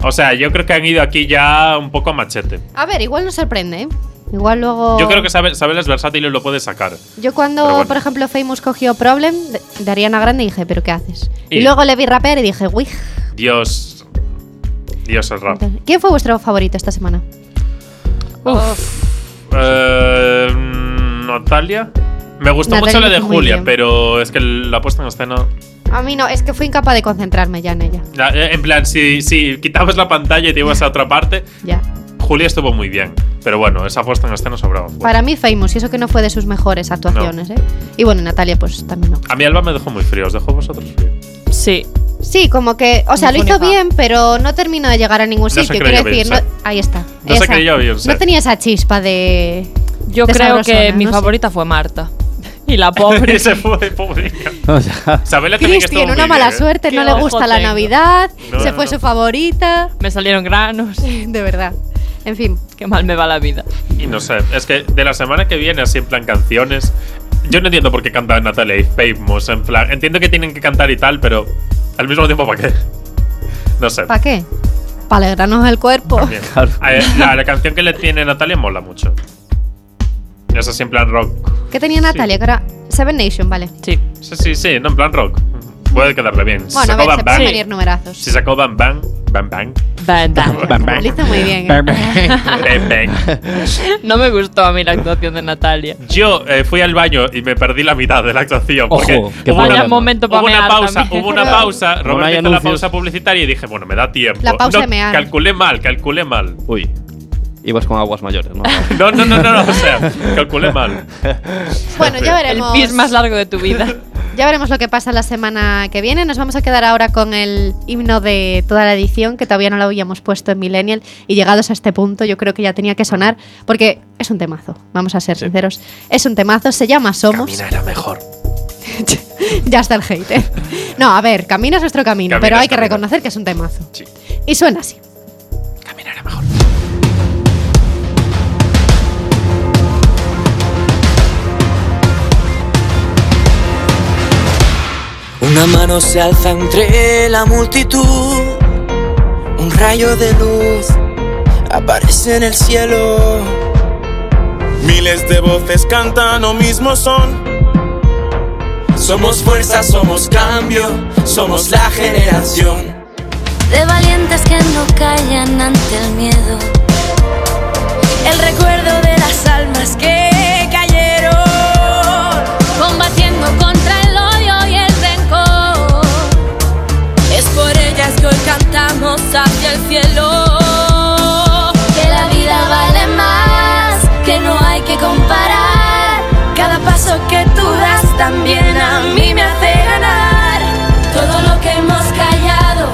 O sea, yo creo que han ido aquí ya un poco a machete.
A ver, igual nos sorprende, ¿eh? Igual luego.
Yo creo que Sabe- Sabela es versátil y lo puede sacar.
Yo cuando,
Pero bueno.
por ejemplo, Famous cogió Problem de, de Ariana Grande dije, ¿pero qué haces? Y,
Y-
luego le vi rapear y dije, uy.
Dios. Dios es rap.
¿Quién fue vuestro favorito esta semana?
Eh, Natalia. Me gustó
Natalia
mucho la de
hizo muy
Julia,
bien.
pero es que la puesta en escena.
A mí no, es que fui incapaz de concentrarme ya en ella.
La- eh, En plan, si, si quitabas la pantalla y te ibas a otra parte,
Ya.
Julia estuvo muy bien. Pero bueno, esa puesta en escena sobraba. un poco.
Para mí, Famous, y eso que no fue de sus mejores actuaciones, ¿eh? Y bueno, Natalia, pues también no.
A mí Alba me dejó muy frío, os dejó a vosotros frío.
Sí.
Sí, como que, o sea,
No
lo
fue
hizo
ni fa.
bien, pero no terminó de llegar a ningún
No se
sitio.
creyó
Quiero decir,
Beyoncé.
no- ahí está.
No se
esa.
creyó Beyoncé.
No tenía esa chispa de.
Yo
de
creo
sabrosona,
que mi
no sé.
favorita fue Marta. [laughs] Y la pobre.
[laughs] Y se fue, pobre.
[laughs] O sea,
Sabela también estuvo
Cristian,
muy
una mala
bien, ¿eh?
suerte,
Qué
no le
ojo
gusta la
tengo.
Navidad,
No,
se
no,
fue
no.
su favorita. [laughs]
Me salieron granos. [laughs]
De verdad. En fin.
Qué mal me va la vida.
Y no sé, es que de la semana que viene, así en plan canciones. Yo no entiendo por qué canta Natalia y Famous. En plan, entiendo que tienen que cantar y tal, pero al mismo tiempo, ¿para qué? No sé.
¿Para qué? Para alegrarnos el cuerpo.
también.
Claro.
Eh, la, la canción que le tiene Natalia mola mucho. Eso sí, en plan rock.
¿Qué tenía Natalia? Que era Seven Nation, vale.
Sí.
Sí, sí, sí, no, en plan rock. Puede quedarle bien. Si
Bueno, a
sacó
ver, se
Bam Bang.
pueden venir numerazos.
Si sacó Bam Bang. Bam Bang.
Banda.
[laughs]
Lo hizo muy bien. ¿eh?
Bam Bang.
[laughs] No me gustó a mí la actuación de Natalia.
Yo eh, fui al baño y me perdí la mitad de la actuación. Porque
Ojo, qué
hubo una-
Vaya
problema.
momento para
Hubo una
mear
pausa,
también.
hubo una pausa,
No
Roberto
hay
hizo la
anuncios.
pausa publicitaria y dije, bueno, me da tiempo.
La pausa
no,
de mear.
Calculé mal, calculé mal.
uy, ibas con aguas mayores, ¿no?
[laughs] No, no, no, no, no, o sea, calculé
[laughs]
mal.
Bueno, ya
El
veremos.
pis más largo de tu
[laughs]
vida.
Ya veremos lo que pasa la semana que viene. Nos vamos a quedar ahora con el himno de toda la edición, que todavía no lo habíamos puesto en Millennial. Y llegados a este punto, yo creo que ya tenía que sonar, porque es un temazo. Vamos a ser sinceros. Es un temazo, se llama Somos.
era mejor.
[laughs] ya está el hater. No, a ver, camino es nuestro camino,
Camino
pero
es
hay que
camino.
reconocer que es un temazo.
Sí.
Y suena así.
Caminar era mejor.
Una mano se alza entre la multitud, un rayo de luz aparece en el cielo.
Miles de voces cantan lo mismo son.
Somos fuerza, somos cambio, somos la generación.
De valientes que no callan ante el miedo. El recuerdo de las almas que cayeron. Combatiendo contra el odio y el rencor. Es por ellas que hoy cantamos hacia el cielo. Que la vida vale más, que no hay que comparar. Cada paso que tú das también a mí me hace ganar. Todo lo que hemos callado,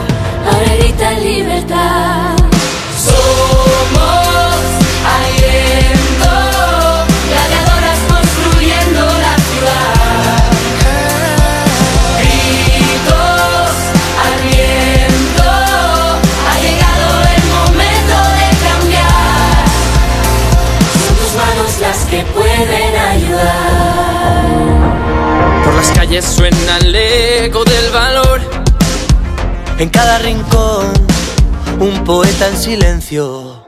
ahora grita libertad. Somos aliento, gladiadoras construyendo la ciudad. Gritos al viento, ha llegado el momento de cambiar. Son tus manos las que pueden ayudar.
Por las calles suena el eco del valor. En cada rincón, un poeta en silencio.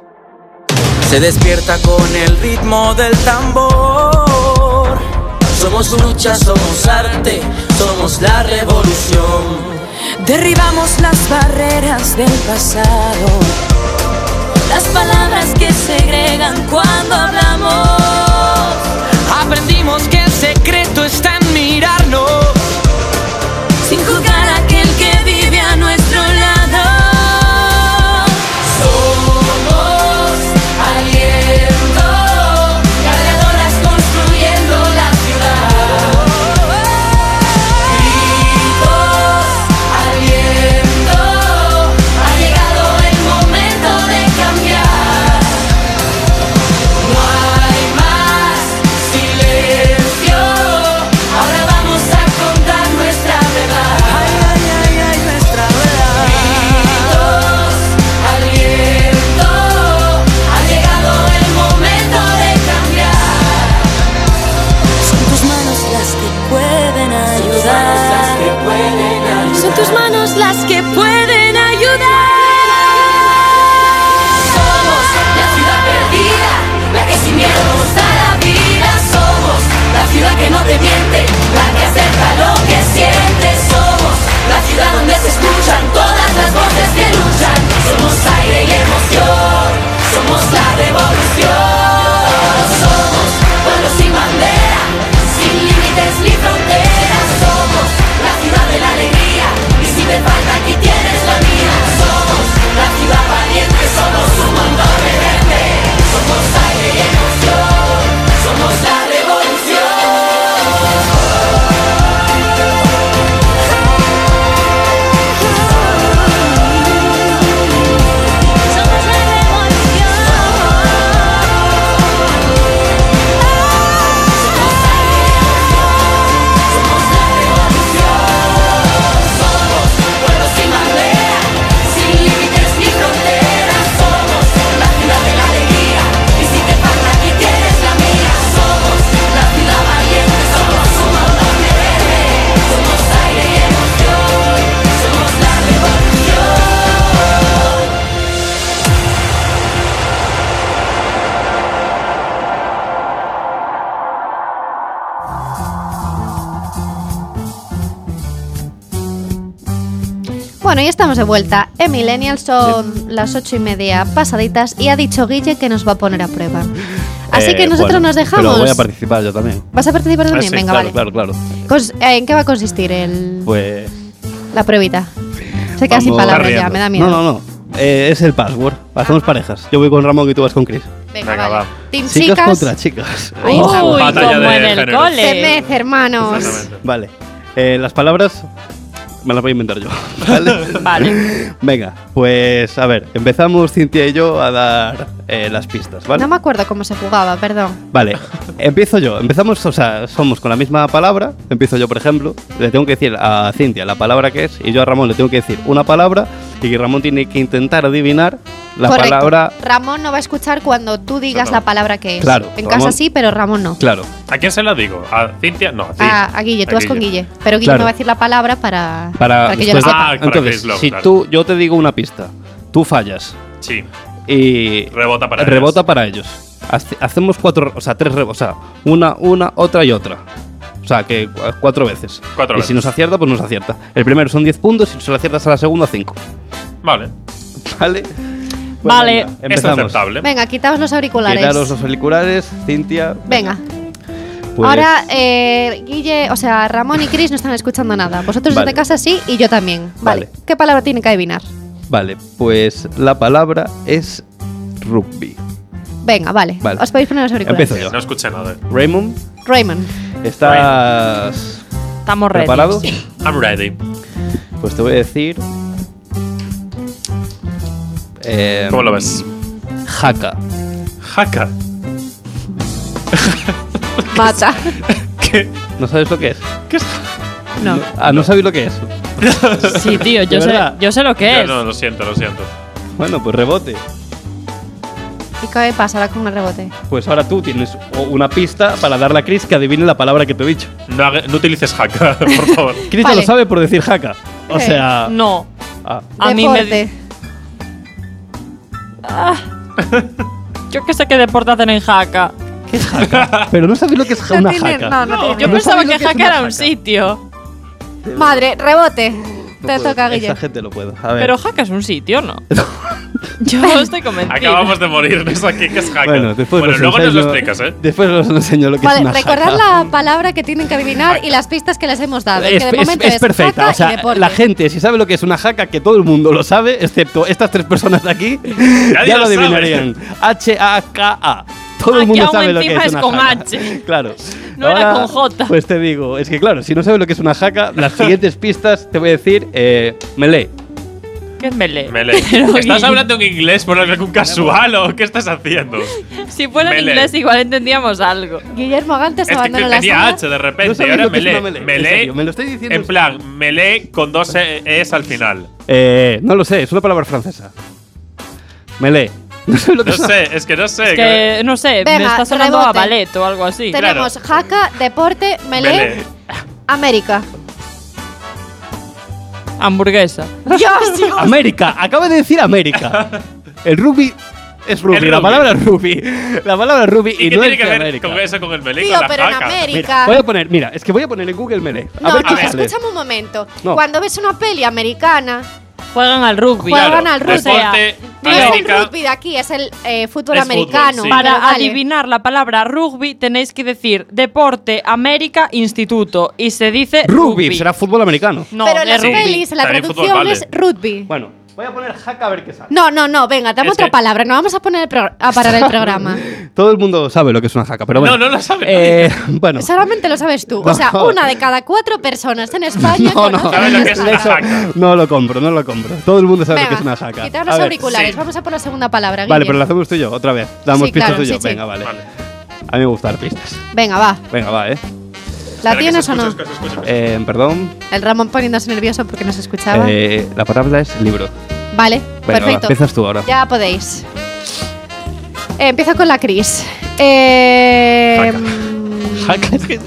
Se despierta con el ritmo del tambor. Somos lucha, somos arte, somos la revolución.
Derribamos las barreras del pasado, las palabras que segregan cuando hablamos.
Aprendimos que el secreto está en mirarnos.
sin juzgar a aquel que vive a nuestro lado. Somos aliento, cargadoras construyendo la ciudad. Gritos, aliento, ha llegado el momento de cambiar. No hay más silencio, ahora vamos a contar nuestra verdad. Ay, ay, ay, ay, nuestra verdad. Gritos, aliento, ha llegado el momento de cambiar. Son tus manos las que pueden ayudar. Son tus manos las que pueden ayudar. Somos la ciudad perdida, la que sin miedo nos da la vida. Somos la ciudad que no te miente, la que acepta lo que siente. Somos la ciudad donde se escuchan todas las voces que luchan. Somos aire y emoción, somos la revolución. Somos pueblo sin bandera, sin límites ni fronteras. Somos la ciudad de la alegría y si me falta aquí tienes la mía. Somos la ciudad valiente, somos un montón de gente. Somos aire y emoción, somos la revolución. Somos la revolución.
Bueno, y estamos de vuelta. En Millennial son las ocho y media pasaditas y ha dicho Guille que nos va a poner a prueba. Así
Eh,
que nosotros
bueno,
nos dejamos.
Pero voy a participar yo también.
¿Vas a participar tú
Ah,
también?
sí,
Venga,
claro,
vale.
claro, claro.
Cos- eh, ¿En qué va a consistir el,
Pues.
la pruebita? Se queda sin
vamos-
palabras ya,
Está
me da miedo.
No, no, no. Eh, es el password. Hacemos parejas. Yo voy con Ramón y tú vas con Chris.
Venga,
Venga,
vale.
va.
Team
Chicas,
chicas,
contra chicas.
Uy,
Oh.
como
Batalla de
en el
géneros.
cole.
temez, hermanos.
Exactamente.
Vale. Eh, las palabras me las voy a inventar yo. [laughs] Vale.
Vale.
Venga, pues a ver, empezamos Cintia y yo a dar eh, las pistas, ¿vale?
No me acuerdo cómo se jugaba, perdón.
Vale, empiezo yo. Empezamos, o sea, somos con la misma palabra. Empiezo yo, por ejemplo. Le tengo que decir a Cintia la palabra que es y yo a Ramón le tengo que decir una palabra y que Ramón tiene que intentar adivinar la
Correcto.
palabra.
Ramón no va a escuchar cuando tú digas
Claro.
la palabra que es.
Claro,
En
Ramón-
casa sí, pero Ramón no.
Claro,
¿A quién se la digo? ¿A Cintia? No, a ti.
Ah, a Guille, tú
A
vas con Guille. Pero Guille
Claro.
me va a decir la palabra para,
para,
que yo la
después-
sepa.
Ah, para
Entonces,
que lo-
si
claro.
tú, yo te digo una pista, tú fallas
Sí,
y
rebota para
rebota para ellos. Hace- hacemos cuatro, o sea, tres rebotes, o sea, una, una, otra y otra. O sea, que cu- cuatro veces.
Cuatro
y si
veces.
nos acierta, pues nos acierta. El primero son 10 puntos y si se lo aciertas a la segunda, 5.
ellas. Vale.
¿Vale? Pues
Vale.
venga,
Es
empezamos.
aceptable.
Venga, quitaos los auriculares.
Quitaros los auriculares, Cintia.
Venga,
pues-
ahora eh, Guille, o sea, Ramón y Chris no están escuchando nada. Vosotros
Vale.
desde casa sí y yo también. Vale.
Vale.
¿Qué palabra tienen que adivinar?
Vale, pues la palabra es rugby.
Venga, vale.
Vale.
Os podéis poner los auriculares.
Empiezo yo.
No escuché nada.
Raymond,
Raymond.
[laughs] ¿estás
Estamos ready.
preparado?
I'm ready.
Pues te voy a decir. eh,
¿Cómo lo ves?
Jaca.
Haka.
Mata.
[laughs] ¿Qué?
¿No sabes lo que es?
¿Qué es?
No.
Ah, no sabéis lo que es.
Sí, tío,
De
yo sé,
verdad.
yo sé lo que
Yo
es.
No, lo siento, lo siento.
Bueno, pues rebote.
¿Y qué pasa ahora con el rebote?
Pues ahora tú tienes o- una pista para darle a Chris que adivine la palabra que te he dicho.
No, haga- no utilices Haka, [laughs] por favor.
Chris
Vale.
ya lo sabe por decir jaca. O
Eh,
sea.
No.
ah,
A mí me.
Deporte.
Yo que sé qué deporte hacen en Jaca.
¿Qué es jaca? Pero no sabéis lo que es ja-
No
una
tiene-
jaca.
no, no tiene
Yo
ni-
pensaba
sabéis lo
que
que es
Jaca
una
era un
jaca.
sitio.
Madre, rebote. Te
puedo,
toca, Guille.
Esta gente lo puedo. A ver.
Pero Jaca es un
[laughs]
sitio, ¿no? Yo estoy convencida.
Acabamos de morirnos aquí, que es hacker.
bueno, después
Bueno,
os
luego nos lo
enseño-
explicas, ¿eh?
Después os enseño lo que es
Vale,
una
recordad
jaca.
la palabra que tienen que adivinar y las pistas que les hemos dado.
Es,
que de
es-
momento
es
es,
perfecta,
jaca
o sea,
y deporte.
la gente, si sabe lo que es una jaca, que todo el mundo lo sabe, excepto estas tres personas de aquí, ya
lo
lo
sabe.
adivinarían. H-A-K-A. Todo
Aquí
el mundo
aún
sabe lo que
encima
es
es
una
con
jaca.
H.
[laughs] Claro.
No era con J.
Pues te digo, es que claro, si no sabes lo que es una jaca, las siguientes pistas te voy a decir eh, melee.
¿Qué es melee?
Mele,
[laughs]
[laughs] Pero,
¿estás
Guille,
hablando en inglés por algún
pues,
casual o qué estás haciendo?
Si fuera en
Melee.
inglés, igual entendíamos
[laughs]
algo.
Guillermo Gantes
Es que
abandona la
tenía
sala.
H de
No
repente y
sabía
ahora
lo que es
melee.
una melee, en
Melee,
serio, me lo estoy diciendo
En
en
plan, melee con dos e- E's al final.
Eh, no lo sé, es una palabra francesa. Melee. [laughs] No sé lo que
No
es una-
sé, es que no sé.
Es que, no sé, me
Venga,
está sonando a
rebote.
ballet o algo así.
Te-
Tenemos jaca, deporte, melee,
Melee.
América.
Hamburguesa.
Dios, Dios.
América, acaba de
[laughs]
decir América. El rugby es rugby,
El
la
rugby.
palabra es rugby. La palabra es rugby
¿Y
y,
qué
no
tiene
es
que
de
ver
América.
con eso, con el melee?
Tío,
con la
pero en
jaca?
América.
Mira, voy a poner, mira, es que voy a poner en Google melee. A
no,
ver qué
pero
sale.
escúchame un momento.
No.
Cuando ves una peli americana,
Juegan al rugby.
Juegan
Claro,
al rugby.
deporte,
no es el
América,
rugby de aquí, es el eh, fútbol
Es
americano.
fútbol, sí.
Para
Vale.
adivinar la palabra rugby tenéis que decir deporte, América, instituto. Y se dice rugby.
Rugby, será fútbol americano.
No,
pero en
de
las
rugby.
pelis, la
También fútbol,
traducción
vale.
es rugby.
Bueno, voy a poner jaca a ver qué sale.
No, no, no, venga, dame
Es
otra
que-
palabra, no vamos a, poner el pro- a
[laughs]
parar el programa.
Todo el mundo sabe lo que es una jaca, pero bueno.
No, no lo sabe
Eh, bueno.
Solamente lo sabes tú. O sea,
No.
una de cada cuatro personas en España
[laughs] No, no.
conoce
¿Sabe lo que es
esta.
una jaca?
No lo compro, no lo compro. Todo el mundo sabe
Venga,
lo que es una jaca.
quitar
A
los
ver.
auriculares,
sí.
vamos a por la segunda palabra.
Vale,
Guille.
pero lo hacemos tú y yo, otra vez. Damos
Sí,
pistas
claro,
tú y yo.
sí, sí.
Venga, vale.
Vale.
A mí me gustan las pistas.
Venga, va.
Venga, va, eh.
¿La tienes o no?
Eh, perdón.
El Ramón poniéndose nervioso porque nos escuchaba.
Eh, la palabra es libro.
vale,
Venga, va,
perfecto.
empiezas tú ahora.
Ya podéis. Eh, empiezo con la Cris. Eh,
Jaca.
mm,
Jaca, es que-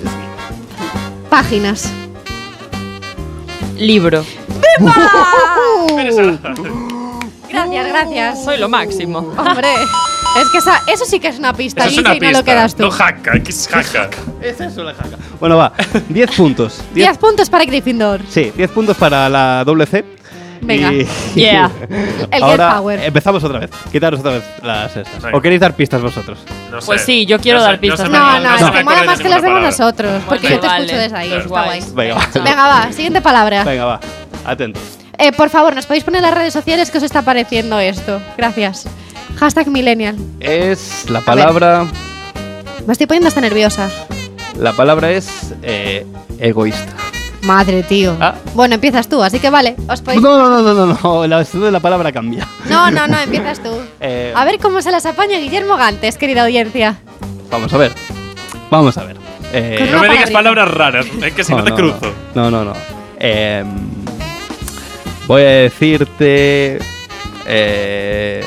Páginas.
Libro.
¡Ah! [laughs] Gracias, gracias.
Soy lo máximo.
Hombre, es que esa- eso sí que es una pista,
Eso es
Guille,
una
y no
pista.
lo quedas tú.
No jaca, ¿qué es jaca?
Es eso la jaca. Bueno, va. 10
[laughs]
puntos.
10 puntos para Gryffindor.
Sí, 10 puntos para la doble C.
Venga. [laughs]
Y-
Yeah.
El
Ahora
Get Power.
Empezamos otra vez. Quitaros otra vez las estas.
Venga.
¿O queréis dar pistas vosotros?
No sé.
Pues sí, yo quiero
No sé,
dar pistas.
no se me-
No, no,
no se
es
me
que mola
ocurre
más que las demos
ninguna palabra.
nosotros, porque yo te
Vale,
escucho desde ahí,
claro.
está guay.
Venga, va.
Venga, va, siguiente palabra.
Venga, va. Atento.
Eh, por favor, nos podéis poner en las redes sociales que os está pareciendo esto. Gracias. Hashtag Millennial.
Es la
palabra- Me estoy poniendo hasta nerviosa.
La palabra es eh, egoísta.
Madre, tío.
Ah.
Bueno, empiezas tú, así que vale. Os podéis...
No, no, no, no, no, no. La, esto de la palabra cambia.
No, no, no, empiezas tú.
Eh,
A ver cómo se las apaña Guillermo Gantes, querida audiencia.
Vamos a ver. Vamos a ver. Eh,
Con
No me
Una
digas
palabrita.
palabras raras, es que si
no,
no te
no,
cruzo.
No, no, no. no. Eh, voy a decirte. Eh,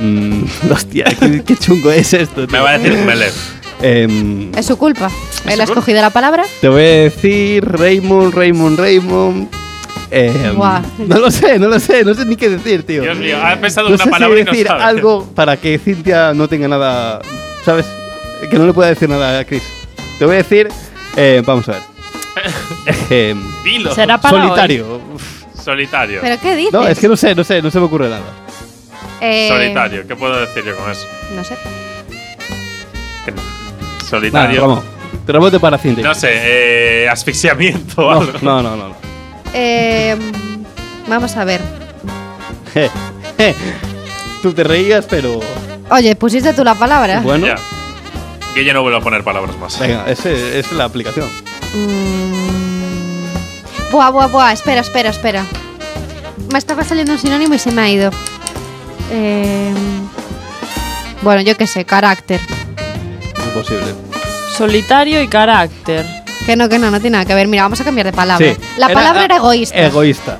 mm, [laughs] hostia, qué, qué chungo es esto.
Me
tío.
va a decir melee.
Em,
Es su culpa. Él ha
culpa?
escogido la palabra.
Te voy a decir Raymond, Raymond, Raymond. Eh,
Buah.
No lo sé, no lo sé, no sé ni qué decir, tío.
Dios mío, ha pensado en
no
una
sé
palabra
si
y no
decir
sabe.
algo para que Cintia no tenga nada, ¿sabes? Que no le pueda decir nada a Chris. Te voy a decir, eh, vamos
[laughs]
a ver. Eh,
Dilo.
Será para
solitario. Uf.
Solitario.
¿Pero ¿eh? qué dices?
No, es que no sé, no sé, no se me ocurre nada.
Eh,
Solitario, ¿qué puedo decir yo con eso?
No sé.
Que no.
Nada,
Solitario.
Ramón. Te rebote para Cintia.
No sé, eh, asfixiamiento o
no,
algo.
no, no, no. no.
Eh, vamos a ver.
Eh, eh. Tú te reías, pero
Oye, pusiste tú la palabra.
bueno.
Ya. Que ya no vuelvo a poner palabras más.
Venga, ese- es la aplicación.
Mm. Buah, buah, buah. Espera, espera, espera. Me estaba saliendo un sinónimo y se me ha ido. Eh, bueno, yo qué sé, carácter.
Imposible.
Solitario y carácter.
Que no, que no, no tiene nada que ver. Mira, vamos a cambiar de palabra.
Sí.
La palabra era egoísta.
Egoísta.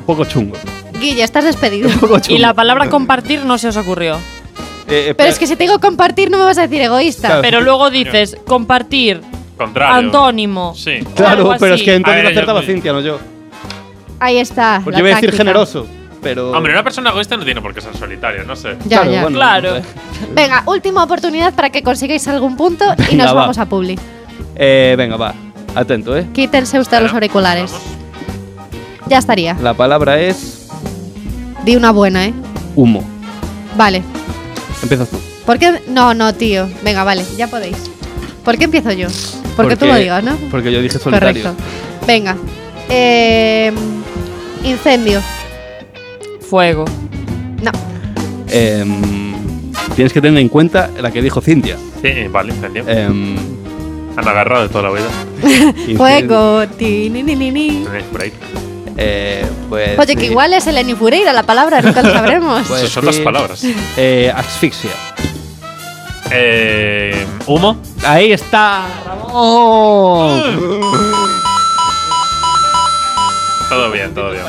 Un poco chungo.
Guille, estás despedido.
Un poco chungo.
Y la palabra compartir no se os ocurrió.
Eh,
Pero es que si te digo compartir, no me vas a decir egoísta.
Claro.
Pero luego dices compartir,
Contrario.
antónimo.
Sí.
Claro,
algo
pero
así.
es que entonces
A ver,
acertaba
yo-
Cintia, no yo.
Ahí está. la
Porque Pues yo iba a decir
táctica.
generoso, pero.
Hombre, una persona egoísta no tiene por qué ser solitario, no sé.
Ya, ya.
bueno,
Claro.
no sé.
Venga, última oportunidad para que consigáis algún punto y
Venga,
nos
va.
vamos a Publi.
Eh, venga, va. Atento, ¿eh?
Quítense ustedes los
Bueno,
auriculares.
vamos.
Ya estaría.
La palabra es
Di una buena, ¿eh?
humo.
Vale.
Empiezas tú.
¿Por qué? No, no, tío. Venga, vale, ya podéis. ¿Por qué empiezo yo? Porque, tú lo digas, ¿no?
Porque yo dije solitario.
Correcto. Venga. Eh, incendio.
Fuego.
No.
Em, tienes que tener en cuenta la que dijo Cintia.
Sí, vale, entendió.
[laughs]
Em,
Han agarrado de toda la vida.
incendio.
Fuego. Ti, ni, ni, ni, ni.
Tenéis por ahí.
Eh, pues,
Oye, que
eh,
igual es el Fureira la palabra, nunca
[laughs]
lo sabremos.
Pues
Esas son otras
sí.
palabras.
eh, asfixia.
Eh, humo.
Ahí está,
Mm.
Ramón.
Todo bien, todo bien.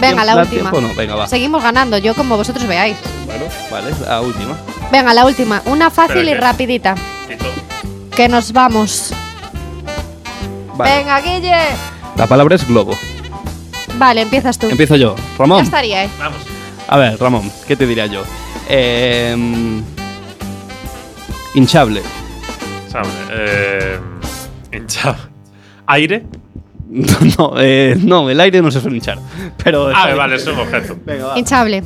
Venga, la
¿Da
última.
tiempo o no? Venga, va.
Seguimos ganando, yo como vosotros veáis.
Vale, la última.
Venga, la última. Una fácil
Espera,
y
que-
rapidita.
Tito.
Que nos vamos.
Vale.
Venga, Guille.
La palabra es globo.
Vale, empiezas tú.
Empiezo yo.
ya
Ramón.
estaría, ¿eh?
Vamos.
A ver, Ramón, ¿qué te diría yo? Em, hinchable. [laughs]
Sabe, eh, hinchado. Aire.
no, eh, no, el aire no se suele hinchar. Pero
Ah, vale, es un objeto.
Venga, va. [laughs]
Hinchable.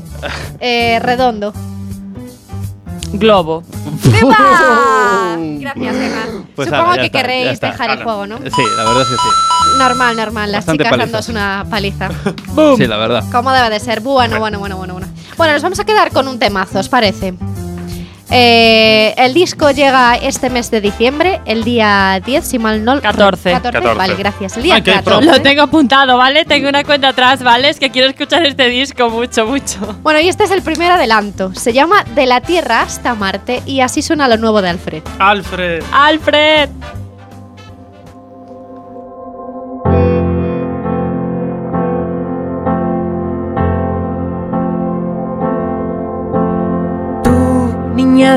Eh, redondo.
Globo.
¡Viva! Gracias, Emma.
Pues
Supongo
nada, ya
que
está, ya
queréis
está.
dejar el
Ala.
juego, ¿no?
Sí, la verdad es que sí.
Normal, normal. Las
Bastante
chicas
paliza.
dándose una paliza.
[laughs] Sí, la verdad.
¿Cómo debe de ser? Bueno, bueno, bueno, bueno, bueno. Bueno, nos vamos a quedar con un temazo, ¿os parece? Eh, el disco llega este mes de diciembre, el día 10, si mal no...
14.
14.
14.
Vale, gracias. El día
Ay, qué
14.
Lo tengo apuntado, ¿vale? Tengo una cuenta atrás, ¿vale? Es que quiero escuchar este disco mucho, mucho.
Bueno, y este es el primer adelanto. Se llama De la Tierra hasta Marte y así suena lo nuevo de Alfred.
Alfred.
¡Alfred!
Tú, niña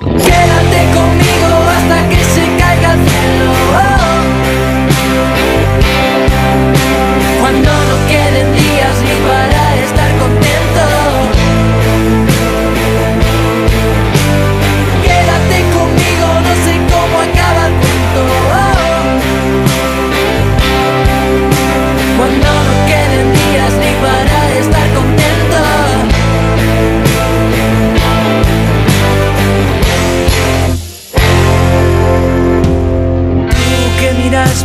Quédate conmigo hasta que se caiga el cielo. oh. Cuando no queden días ni para estar contento. Quédate conmigo, no sé cómo acaba el cuento. oh. Cuando no queden días ni para estar contento. Tú que miras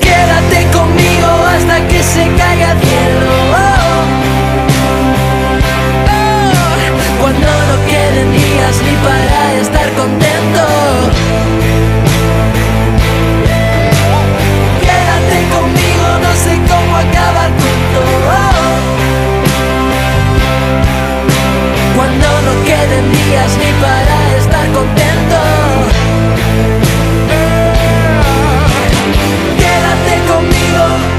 Quédate conmigo hasta que se caiga el cielo. Oh. Oh. Cuando no queden días ni para estar contento. Quédate conmigo, no sé cómo acaba el cuento. Oh. Cuando no queden días ni para estar contento. Quédate conmigo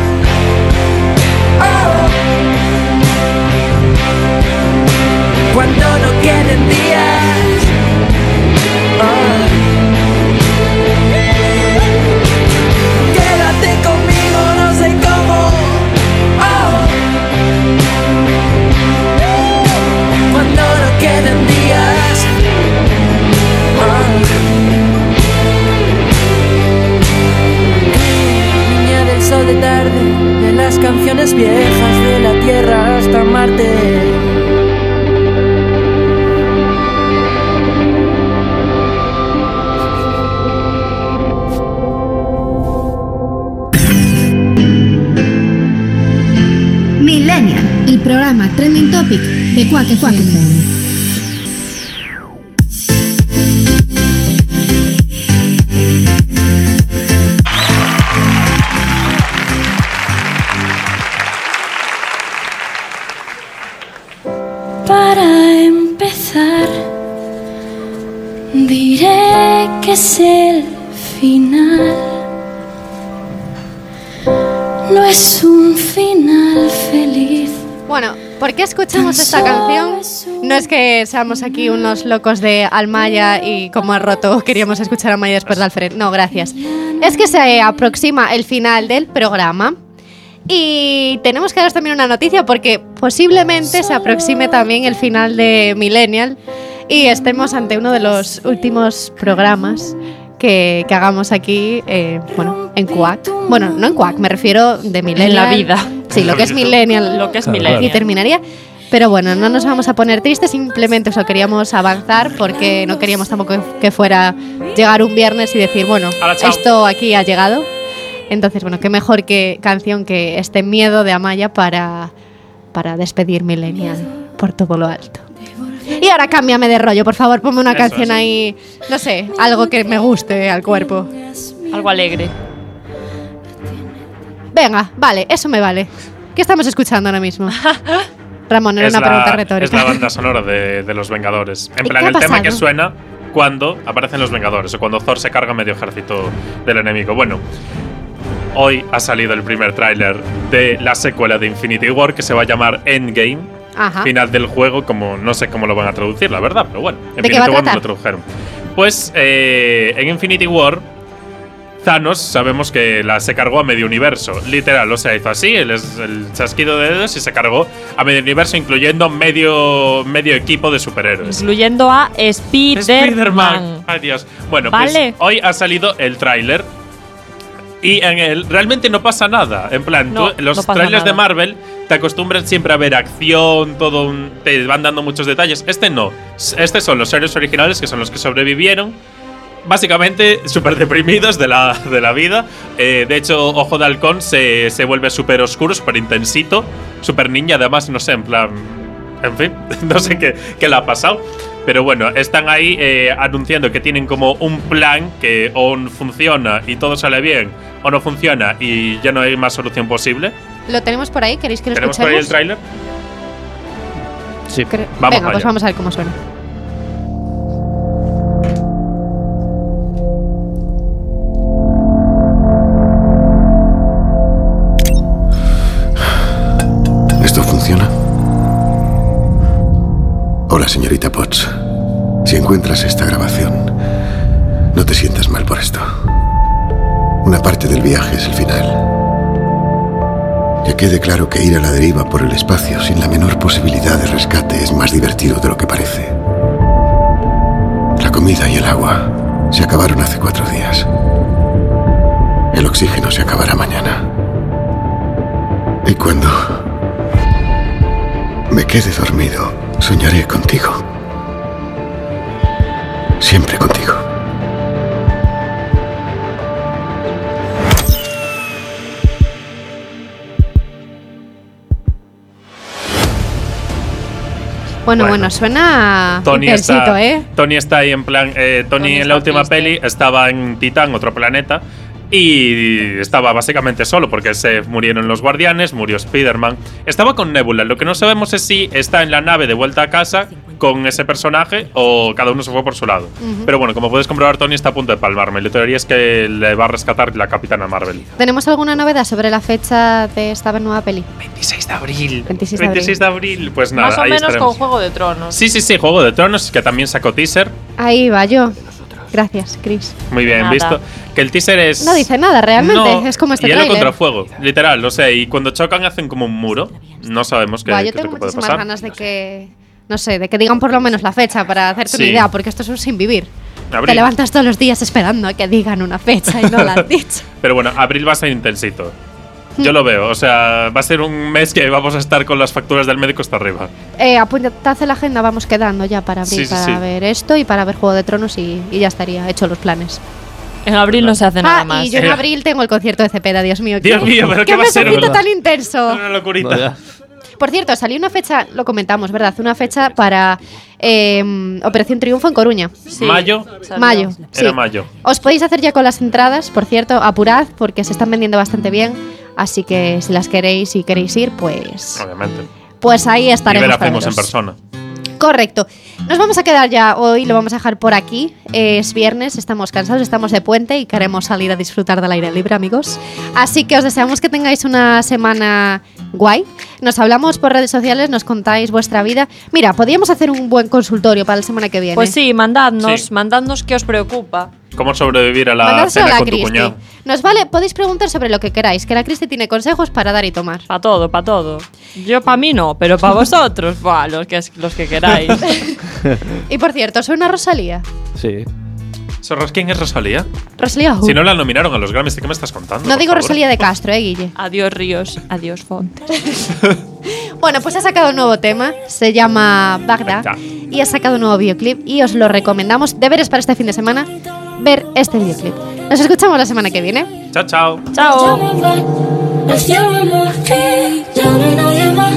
Oh.
programa Trending Topic de Quack FM.
Para empezar, diré que es el final. No es un final feliz.
Bueno, ¿por qué escuchamos esta canción? No es que seamos aquí unos locos de Almaya y como ha roto queríamos escuchar a Almaya después de Alfred. No, gracias. Es que se aproxima el final del programa y tenemos que daros también una noticia porque posiblemente se aproxime también el final de Millennial y estemos ante uno de los últimos programas que, que hagamos aquí, eh, bueno, en Quack. Bueno, no en Quack, me refiero de Millennial.
En la vida.
Sí, lo que es Millennial.
Lo que es Claro, millennial.
Y terminaría. Pero bueno, no nos vamos a poner tristes, simplemente os lo queríamos avanzar porque no queríamos tampoco que fuera llegar un viernes y decir, bueno,
Hala, chao.
esto aquí ha llegado. Entonces, bueno, qué mejor que canción que este miedo de Amaya para, para despedir Millennial por todo lo alto. Y ahora cámbiame de rollo, por favor, ponme una
Eso,
canción
eso.
ahí, no sé, algo que me guste al cuerpo.
Algo alegre.
Venga, vale, eso me vale. ¿Qué estamos escuchando ahora
[laughs]
mismo? Ramón, era
es
una
la,
pregunta
es la
retórica.
banda sonora de, de Los Vengadores. En
¿Y
plan,
qué ha
el tema que
pasado?
suena cuando aparecen Los Vengadores o cuando Thor se carga medio ejército del enemigo. Bueno, hoy ha salido el primer tráiler de la secuela de Infinity War que se va a llamar Endgame.
Ajá.
Final del juego, como no sé cómo lo van a traducir, la verdad, pero bueno.
¿De qué va a
Infinity War me
tratar?
lo tradujeron. Pues eh, en Infinity War Thanos sabemos que la, se cargó a medio universo. Literal, o sea, hizo así, el, es- el chasquido de dedos y se cargó a medio universo, incluyendo medio, medio equipo de superhéroes.
Incluyendo a Spider-Man.
Ay, Dios. Bueno,
Vale.
pues hoy ha salido el tráiler. Y en él realmente no pasa nada. En plan,
No,
tú- los
no pasa
trailers de
nada.
Marvel te acostumbran siempre a ver acción, todo un- te van dando muchos detalles. Este no. S- Este son los héroes originales que son los que sobrevivieron. Básicamente, súper deprimidos de la, de la vida. Eh, de hecho, Ojo de Halcón se, se vuelve súper oscuro, súper intensito. Súper niña, además, no sé, en plan. En fin, [laughs] no sé qué, qué le ha pasado. Pero bueno, están ahí eh, anunciando que tienen como un plan que o funciona y todo sale bien, o no funciona y ya no hay más solución posible.
¿Lo tenemos por ahí? ¿Queréis que lo
¿Tenemos por ahí el
escuchemos?
tráiler?
Sí.
Vamos
Venga, pues
allá.
vamos a ver cómo suena.
¿Esto funciona? Hola, señorita Potts. Si encuentras esta grabación, no te sientas mal por esto. Una parte del viaje es el final. Que quede claro que ir a la deriva por el espacio sin la menor posibilidad de rescate es más divertido de lo que parece. La comida y el agua se acabaron hace cuatro días. El oxígeno se acabará mañana. Y cuando me quede dormido, soñaré contigo. Siempre contigo.
Bueno, bueno, suena
Tony
intensito,
está,
¿eh?
Tony está ahí en plan. eh, Tony, en la última peli estaba en Titán, otro planeta, y estaba básicamente solo porque se murieron los guardianes, murió Spider-Man. Estaba con Nebula. Lo que no sabemos es si está en la nave de vuelta a casa con ese personaje o cada uno se fue por su lado.
Ujú.
Pero bueno, como puedes comprobar, Tony está a punto de palmarme. La teoría es que le va a rescatar la capitana Marvel.
¿Tenemos alguna novedad sobre la fecha de esta nueva peli?
26 de abril.
26 de abril.
26 de abril, pues nada,
Más o
ahí
menos con
estaremos.
Juego de Tronos.
Sí, sí, sí, Juego de Tronos, que también sacó teaser.
Ahí va yo. Gracias, Chris.
Muy bien
Nada.
visto. Que el teaser es.
No dice nada, realmente.
No,
es como este
hielo
tráiler.
contra fuego, literal. O sea, y cuando chocan hacen como un muro. No sabemos qué,
Buah,
qué
yo
es lo
tengo
que puede
muchísimas
pasar.
ganas de que, no sé, de que digan por lo menos la fecha para hacerte una
Sí.
idea, porque esto es un sin vivir. Te
Abril.
levantas todos los días esperando a que digan una fecha y no la
[laughs]
han dicho.
Pero bueno, abril va a ser intensito. Yo
Hmm.
lo veo. O sea, va a ser un mes que vamos a estar con las facturas del médico hasta arriba.
Eh, apuntad en la agenda, vamos quedando ya para abrir,
Sí, sí,
para
sí.
ver esto y para ver Juego de Tronos y, y ya estaría hecho los planes.
En abril no se hace nada
ah,
más. Eh.
y yo
Eh,
en abril tengo el concierto de Cepeda, Dios mío.
Dios mío, pero ¿qué va a ser,
mesecito
verdad?
tan intenso.
Una locurita.
Por cierto, salió una fecha, lo comentamos, ¿verdad? Una fecha para eh, Operación Triunfo en Coruña.
¿Mayo?
Mayo. sí.
Era mayo.
Os podéis hacer ya con las entradas, por cierto, apurad porque se están vendiendo bastante bien. Así que si las queréis y queréis ir, pues,
Obviamente.
pues ahí
Y
estaremos.
ver a
para
Femos en
veros.
persona.
Correcto. Nos vamos a quedar ya hoy, lo vamos a dejar por aquí. Es viernes, estamos cansados, estamos de puente y queremos salir a disfrutar del aire libre, amigos. Así que os deseamos que tengáis una semana guay. Nos hablamos por redes sociales, nos contáis vuestra vida. Mira, podríamos hacer un buen consultorio para la semana que viene.
Pues sí, mandadnos,
Sí.
mandadnos qué os preocupa.
¿Cómo sobrevivir a la
Mandárselo
cena
a la
con tu
Cristi.
cuñado?
Nos vale, podéis preguntar sobre lo que queráis, que la Cristi tiene consejos para dar y tomar.
Para todo, para todo. Yo para mí no, pero
[laughs]
para vosotros, buah, los que los que queráis.
Y por cierto, soy una Rosalía.
Sí.
¿Sorras quién es Rosalía?
Rosalía Who.
Si no la nominaron a los Grammys, ¿de qué me estás contando?
Uh. No
por
digo
favor?
Rosalía de Castro, eh, Guille.
Adiós Ríos, adiós Fontes.
Bueno, pues ha sacado un nuevo tema, se llama Bagdad y ha sacado un nuevo videoclip y os lo recomendamos. Deberes para este fin de semana, ver este videoclip. Nos escuchamos la semana que viene.
Chao, chao.
Chao.
Nació mi amor, que ya no hay nadie más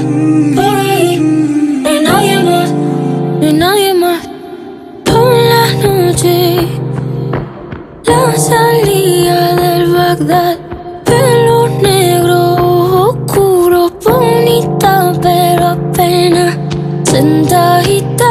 por ahí. No hay nadie más, no hay nadie más. Por la noche, la salida del Bagdad. Pelo negro, ojos oscuro, bonita, pero apenas sentadita